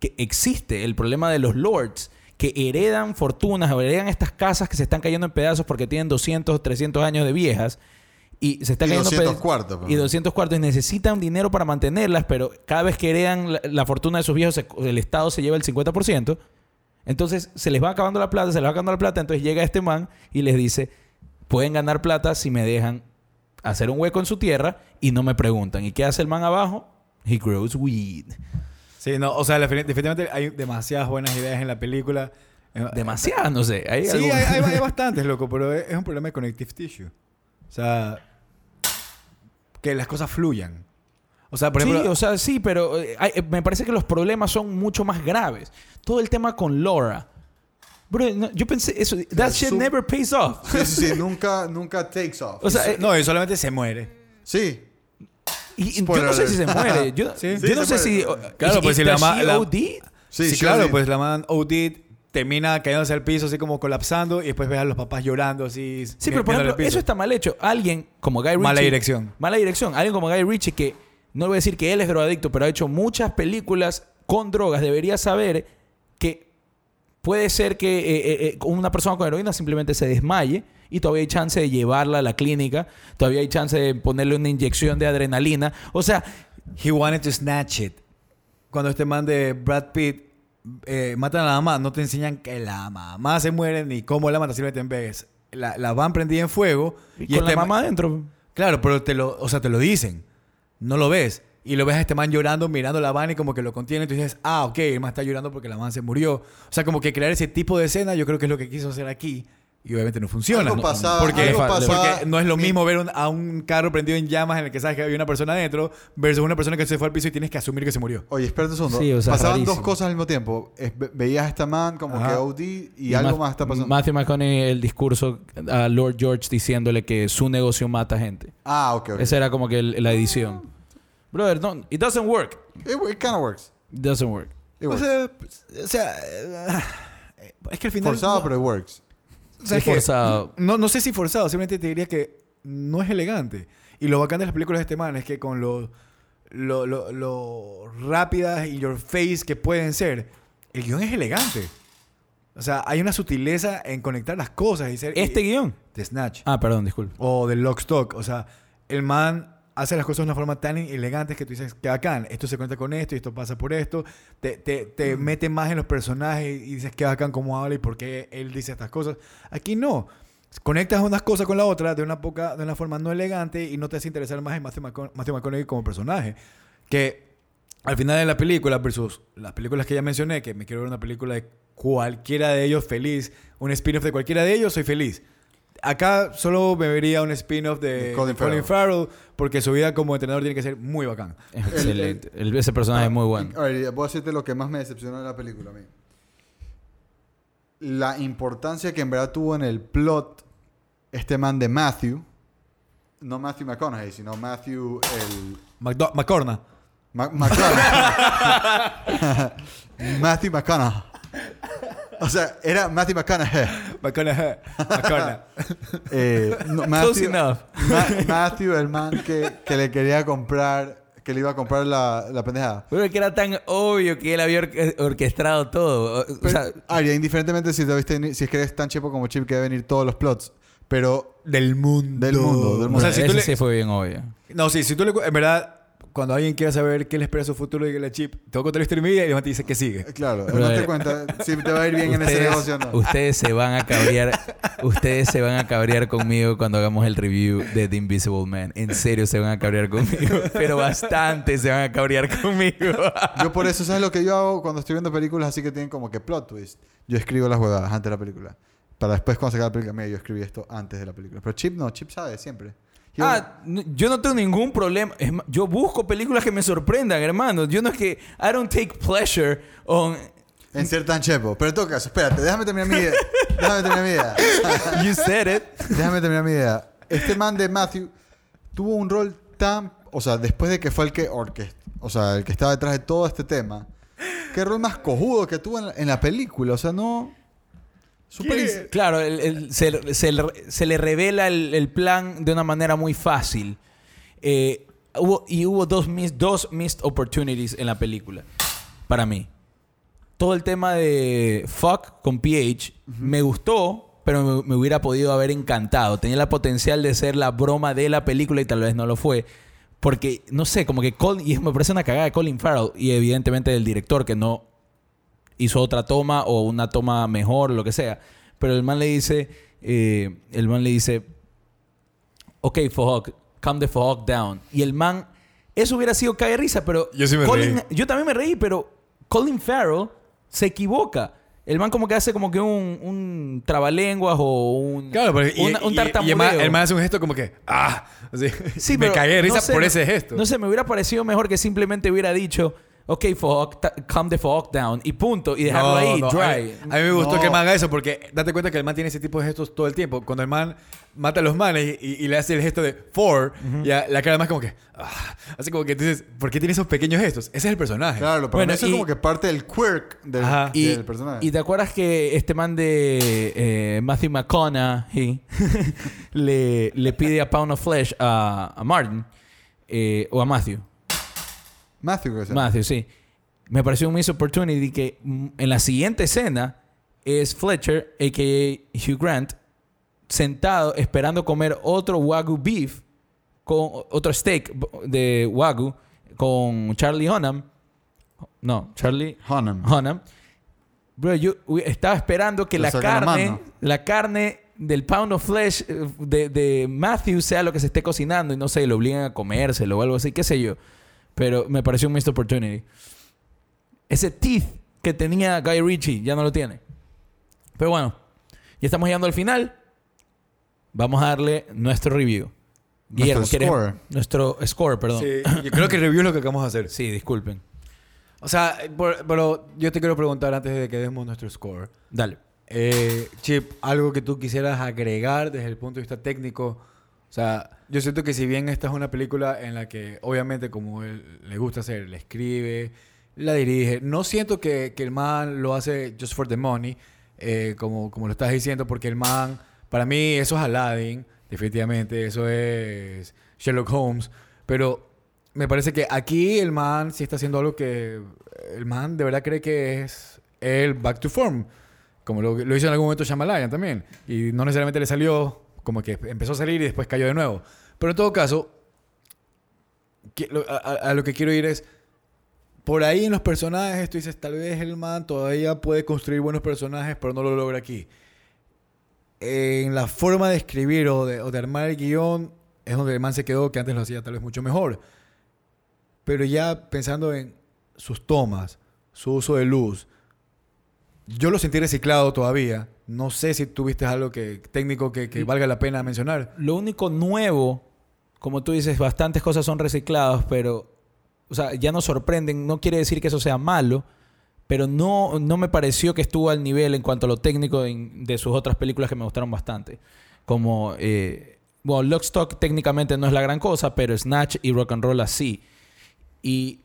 que existe, el problema de los lords que heredan fortunas, o heredan estas casas que se están cayendo en pedazos porque tienen 200, 300 años de viejas y se están
Y
cayendo en
200
peda-
cuartos, pues.
Y 200 cuartos y necesitan dinero para mantenerlas, pero cada vez que heredan la, la fortuna de sus viejos, se- el Estado se lleva el 50%. Entonces se les va acabando la plata, se les va acabando la plata. Entonces llega este man y les dice: Pueden ganar plata si me dejan hacer un hueco en su tierra y no me preguntan. ¿Y qué hace el man abajo? He grows weed.
Sí, no, o sea, la- definitivamente hay demasiadas buenas ideas en la película. Eh,
Demasiado, no sé. Hay
Sí, hay,
algún-
hay- hay bastantes, loco, pero es, es un problema de connective tissue. O sea, que las cosas fluyan. O sea, por ejemplo,
sí, o sea, sí, pero eh, hay- eh, me parece que los problemas son mucho más graves. Todo el tema con Laura. Bro, no, yo pensé eso. That shit
su-
never pays off.
Sí, sí, sí, nunca, nunca takes off.
O sea, eh,
no, y solamente se muere.
Sí.
y- y yo
spoiler
no sé si se
alert.
muere. Yo,
Sí.
yo
Sí,
no
se
sé si.
muere.
o-
Claro,
is-
pues,
is
si la
that
ma-
she
la-
OD?
Sí,
Sí, sí,
claro,
sí.
pues la man OD termina cayéndose al piso, así como colapsando, y después ves a los papás llorando, así.
Sí, pero por ejemplo, eso está mal hecho. Alguien como Guy Ritchie.
Mala dirección.
Mala dirección. Alguien como Guy Ritchie que no voy a decir que él es drogadicto, pero ha hecho muchas películas con drogas. Debería saber que puede ser que eh, eh, eh, una persona con heroína simplemente se desmaye y todavía hay chance de llevarla a la clínica. Todavía hay chance de ponerle una inyección de adrenalina. O sea,
He wanted to snatch it. Cuando este man de Brad Pitt eh, matan a la mamá, no te enseñan que la mamá se muere ni cómo la mata, simplemente en vez. La, la van prendida en fuego.
y con
este
la
ma-
mamá adentro.
Claro, pero te lo, o sea, te lo dicen. No lo ves. Y lo ves a este man llorando, mirando la van y como que lo contiene. Tú dices, ah, ok, el man está llorando porque la van se murió. O sea, como que crear ese tipo de escena, yo creo que es lo que quiso hacer aquí. Y obviamente no funciona.
Algo
¿no?
pasaba-
porque,
algo
porque
pasaba-
no es lo mismo ver un- a un carro prendido en llamas en el que sabes que había una persona dentro versus una persona que se fue al piso y tienes que asumir que se murió.
Oye, espérate un segundo.
Sí, o sea,
Pasaban
rarísimo.
dos cosas al mismo tiempo. Es- ve- veías a esta man como
Ajá.
que OD y, algo más está pasando.
Matthew McConaughey, el discurso a Lord George diciéndole que su negocio mata gente.
Ah, ok, ok.
Esa era como que el- la edición. Brother, no, it doesn't work.
It, it kinda works.
It doesn't work.
It works.
pues, o sea, eh, es que al final...
Forzado,
no-
pero it works.
o sea,
Sí,
es que
forzado.
No, no sé si forzado, simplemente te diría que no es elegante. Y lo bacán de las películas de este man es que con lo, lo, lo- lo rápidas y your face que pueden ser, el guión es elegante. O sea, hay una sutileza en conectar las cosas y ser... y-
Este guión.
de Snatch.
Ah, perdón, disculpe.
O de Lockstock. O sea, el man hace las cosas de una forma tan elegante que tú dices, que bacán, esto se cuenta con esto y esto pasa por esto. Te, te, te mete más en los personajes y dices, que bacán cómo habla y por qué él dice estas cosas. Aquí no. Conectas unas cosas con la otra de una, poca, de una forma no elegante y no te hace interesar más en Matthew, McCon- Matthew McConaughey como personaje. Que al final de la película, versus las películas que ya mencioné, que me quiero ver una película de cualquiera de ellos feliz, un spin-off de cualquiera de ellos, soy feliz. Acá solo me vería un spin-off de,
De Colin
Colin, Farrell, porque su vida como entrenador tiene que ser muy bacán.
Excelente. El- ese personaje Ah,
Ah,
es muy bueno.
A ver, voy a decirte lo que más me decepcionó de la película a mí. La importancia que en verdad tuvo en el plot este man de Matthew. No Matthew McConaughey, sino Matthew el...
McDo- McCorna.
Ma- McConaughey. Matthew McConaughey. O sea, era Matthew McConaughey.
McCorna. McCorna.
Eh, no,
Close
Matthew,
enough.
Ma- Matthew, el man que, que le quería comprar, que le iba a comprar la, la pendejada.
Pero que era tan obvio que él había orque- orquestado todo. O- O,
Pero,
sea,
Aria, indiferentemente si, te viste- si es que eres tan chepo como Chip que deben ir todos los plots. Pero
Del mundo.
Del mundo, del mundo.
O sea, si
ese
tú le-
sí fue bien obvio.
No, sí, si tú le... cu- En verdad, cuando alguien quiera saber qué le espera su futuro y que la chip, tengo que contar la historia de mi vida y el man te dice que sigue.
Claro,
Pero,
no te
eh,
cuenta si te va a ir bien en ese
Ustedes-
negocio o no.
Ustedes se van a cabrear. ustedes se van a cabrear conmigo cuando hagamos el review de The Invisible Man. En serio se van a cabrear conmigo. Pero bastante se van a cabrear conmigo.
Yo por eso, ¿sabes lo que yo hago cuando estoy viendo películas así que tienen como que plot twist? Yo escribo las huevadas antes de la película. Para después cuando se acabe la película, mira, yo escribí esto antes de la película. Pero Chip no, Chip sabe siempre. Yo-
Ah, no- yo no tengo ningún problema. Es ma- yo busco películas que me sorprendan, hermano. Yo no es que I don't take pleasure on
en ser tan chepo. Pero en todo caso, espérate, déjame terminar mi idea. Déjame terminar mi idea.
you said it.
Déjame terminar mi idea. Este man de Matthew tuvo un rol tan. O sea, después de que fue el que orquest, o sea, el que estaba detrás de todo este tema. Qué rol más cojudo que tuvo en la, en la película. O sea, no. Su peli-
Claro, el- el- se, se le- se le revela el, el plan de una manera muy fácil. Eh, hubo, y hubo dos, mis, dos missed opportunities en la película, para mí. Todo el tema de fuck con PH me gustó, pero me, me hubiera podido haber encantado. Tenía la potencial de ser la broma de la película y tal vez no lo fue. Porque, no sé, como que Colin, y me parece una cagada de Colin Farrell y evidentemente del director que no hizo otra toma o una toma mejor, lo que sea. Pero el man le dice, eh, el man le dice, ok, Fohawk, calm the Fohawk down. Y el man, eso hubiera sido caer risa, pero
Yo sí me
Colin-
reí.
yo también me reí, pero Colin Farrell se equivoca. El man como que hace como que un, un trabalenguas o un,
Claro, pero y-
una-
y-
un
y
tartamudeo.
el man- el man hace un gesto como que, ah, así.
Sí,
me
pero
cagué de
no
risa
sé,
por
no-
ese gesto.
No sé, me hubiera parecido mejor que simplemente hubiera dicho, ok, Fohawk, ta- calm the Fohawk down. Y punto. Y dejarlo
No,
ahí,
no, a
dry.
mí- A mí me gustó
No.
que el man haga eso porque date cuenta que el man tiene ese tipo de gestos todo el tiempo. Cuando el man mata a los manes y, y- y le hace el gesto de for, ya la cara más como que. "Ah". así como que tú dices, ¿por qué tiene esos pequeños gestos? Ese es el personaje.
Claro, para
Bueno,
mí eso
y-
es como que parte del quirk del,
Ajá.
Y,
del personaje.
y te acuerdas que este man de eh, Matthew McConaughey le, le pide a Pound of Flesh a, a Martin eh, o a Matthew.
Matthew, creo que se llama.
Matthew, sí. Me pareció un miss opportunity que mm, en la siguiente escena es Fletcher, a.k.a. Hugh Grant, sentado esperando comer otro Wagyu beef, con otro steak b- de Wagyu con Charlie Hunnam. No, Charlie
Hunnam.
Hunnam. Bro, yo hu- estaba esperando que
Lo
la
sacan a
carne,
mano.
la carne del pound of flesh eh, de, de Matthew sea lo que se esté cocinando y no sé, lo obligan a comérselo o algo así, qué sé yo. Pero me pareció un missed opportunity. Ese teeth que tenía Guy Ritchie ya no lo tiene. Pero bueno, Ya estamos llegando al final. Vamos a darle nuestro review. Guillermo,
Nuestro
¿quieres-
score.
Nuestro score, perdón. Sí,
Sí, yo creo que review es lo que acabamos de hacer.
disculpen.
O sea, por- pero yo te quiero preguntar antes de que demos nuestro score.
Dale.
Eh, Chip, algo que tú quisieras agregar desde el punto de vista técnico. O sea, yo siento que si bien esta es una película en la que obviamente como él le gusta hacer, le escribe, la dirige, no siento que, que el man lo hace just for the money, eh, como, como lo estás diciendo, porque el man, para mí eso es Aladdin, definitivamente, eso es Sherlock Holmes, pero me parece que aquí el man sí está haciendo algo que el man de verdad cree que es el back to form. Como lo, lo hizo en algún momento Shyamalan también. Y no necesariamente le salió, como que empezó a salir y después cayó de nuevo. Pero en todo caso, que- lo- a, a- a lo que quiero ir es, por ahí en los personajes, tú dices, tal vez el man todavía puede construir buenos personajes, pero no lo logra aquí. En la forma de escribir o de, o de armar el guión, es donde el man se quedó, que antes lo hacía tal vez mucho mejor. Pero ya pensando en sus tomas, su uso de luz, yo lo sentí reciclado todavía. No sé si tuviste algo que, técnico que, que valga la pena mencionar.
Lo único nuevo, como tú dices, bastantes cosas son recicladas, pero. O sea, ya nos sorprenden. No quiere decir que eso sea malo, pero no, no me pareció que estuvo al nivel en cuanto a lo técnico de, de sus otras películas que me gustaron bastante. Como. Eh, bueno, Lockstock técnicamente no es la gran cosa, pero Snatch y Rock and Roll así. Y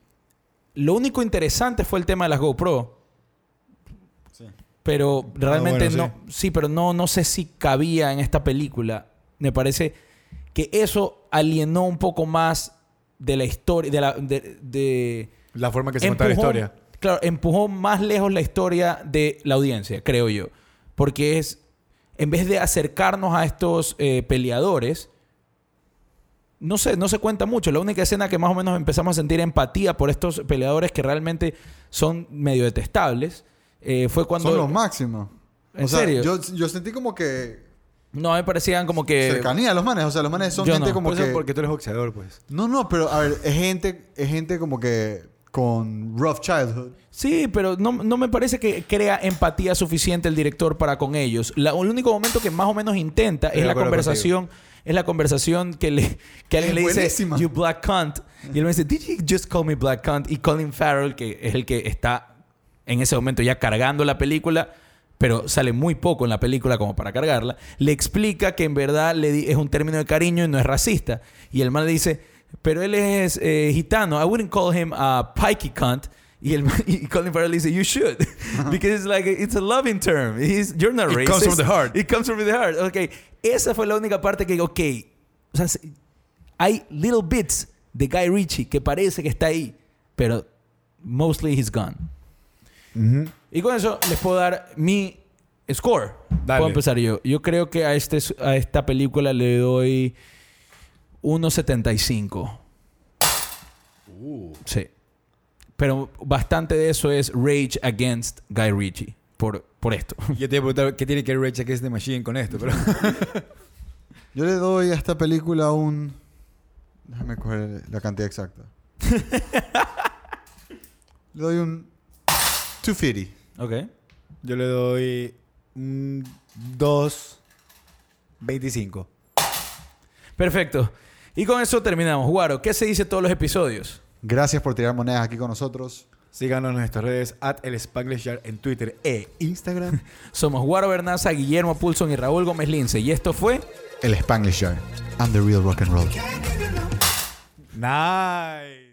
lo único interesante fue el tema de las GoPro. Pero realmente
Ah, bueno,
no. Sí, pero no, no sé si cabía en esta película. Me parece que eso alienó un poco más de la historia. De la, de, de-
La forma que se contaba la historia.
Claro, empujó más lejos la historia de la audiencia, creo yo. Porque es. En vez de acercarnos a estos eh, peleadores. No sé, no se cuenta mucho. La única escena que más o menos empezamos a sentir empatía por estos peleadores que realmente son medio detestables eh, fue cuando.
Son los máximos.
¿En
o sea,
serio?
Yo, yo sentí como que
No, me parecían como que.
cercanía a los manes. O sea, los manes son
Eh, yo
gente
no.
como
Por eso,
que...
porque tú eres boxeador, pues.
No, no, pero a ver, es gente, es gente como que con rough childhood.
Sí, pero no, no me parece que crea empatía suficiente el director para con ellos. La- el único momento que más o menos intenta
Estoy
es
de
la
acuerdo
conversación. Es la conversación que, le, que alguien
Es
le dice,
buenísima.
You black cunt. Y él me dice, Did you just call me black cunt? Y Colin Farrell, que es el que está en ese momento ya cargando la película, pero sale muy poco en la película como para cargarla, le explica que en verdad le di- es un término de cariño y no es racista. Y el man le dice, pero él es eh, gitano, I wouldn't call him a pikey cunt. Y, el, man- y Colin Farrell le dice, you should. Because it's like, it's a loving term. He's, you're not
It
racist.
comes from the heart.
It comes from the heart. Ok. Esa fue la única parte que, ok. O sea, se- hay little bits de Guy Ritchie que parece que está ahí, pero mostly he's gone. Y con eso les puedo dar mi score.
Dale.
Puedo empezar yo. Yo creo que a, este, a esta película le doy 1.75. Sí. Pero bastante de eso es Rage Against Guy Ritchie. Por, por esto.
Yo te iba a preguntar qué tiene que ver Rage Against the Machine con esto, pero.
Yo le doy a esta película un... Déjame coger la cantidad exacta. le doy un 250.
Ok.
Yo le doy. 2. 25.
Perfecto. Y con eso terminamos. Guaro, ¿qué se dice todos los episodios?
Gracias por tirar monedas aquí con nosotros.
Síganos en nuestras redes, at el Spanglish Yard en Twitter e Instagram.
Somos Guaro Bernaza, Guillermo Pulson y Raúl Gómez Lince. Y esto fue...
El Spanglish Jar. I'm the real rock and roll.
nice.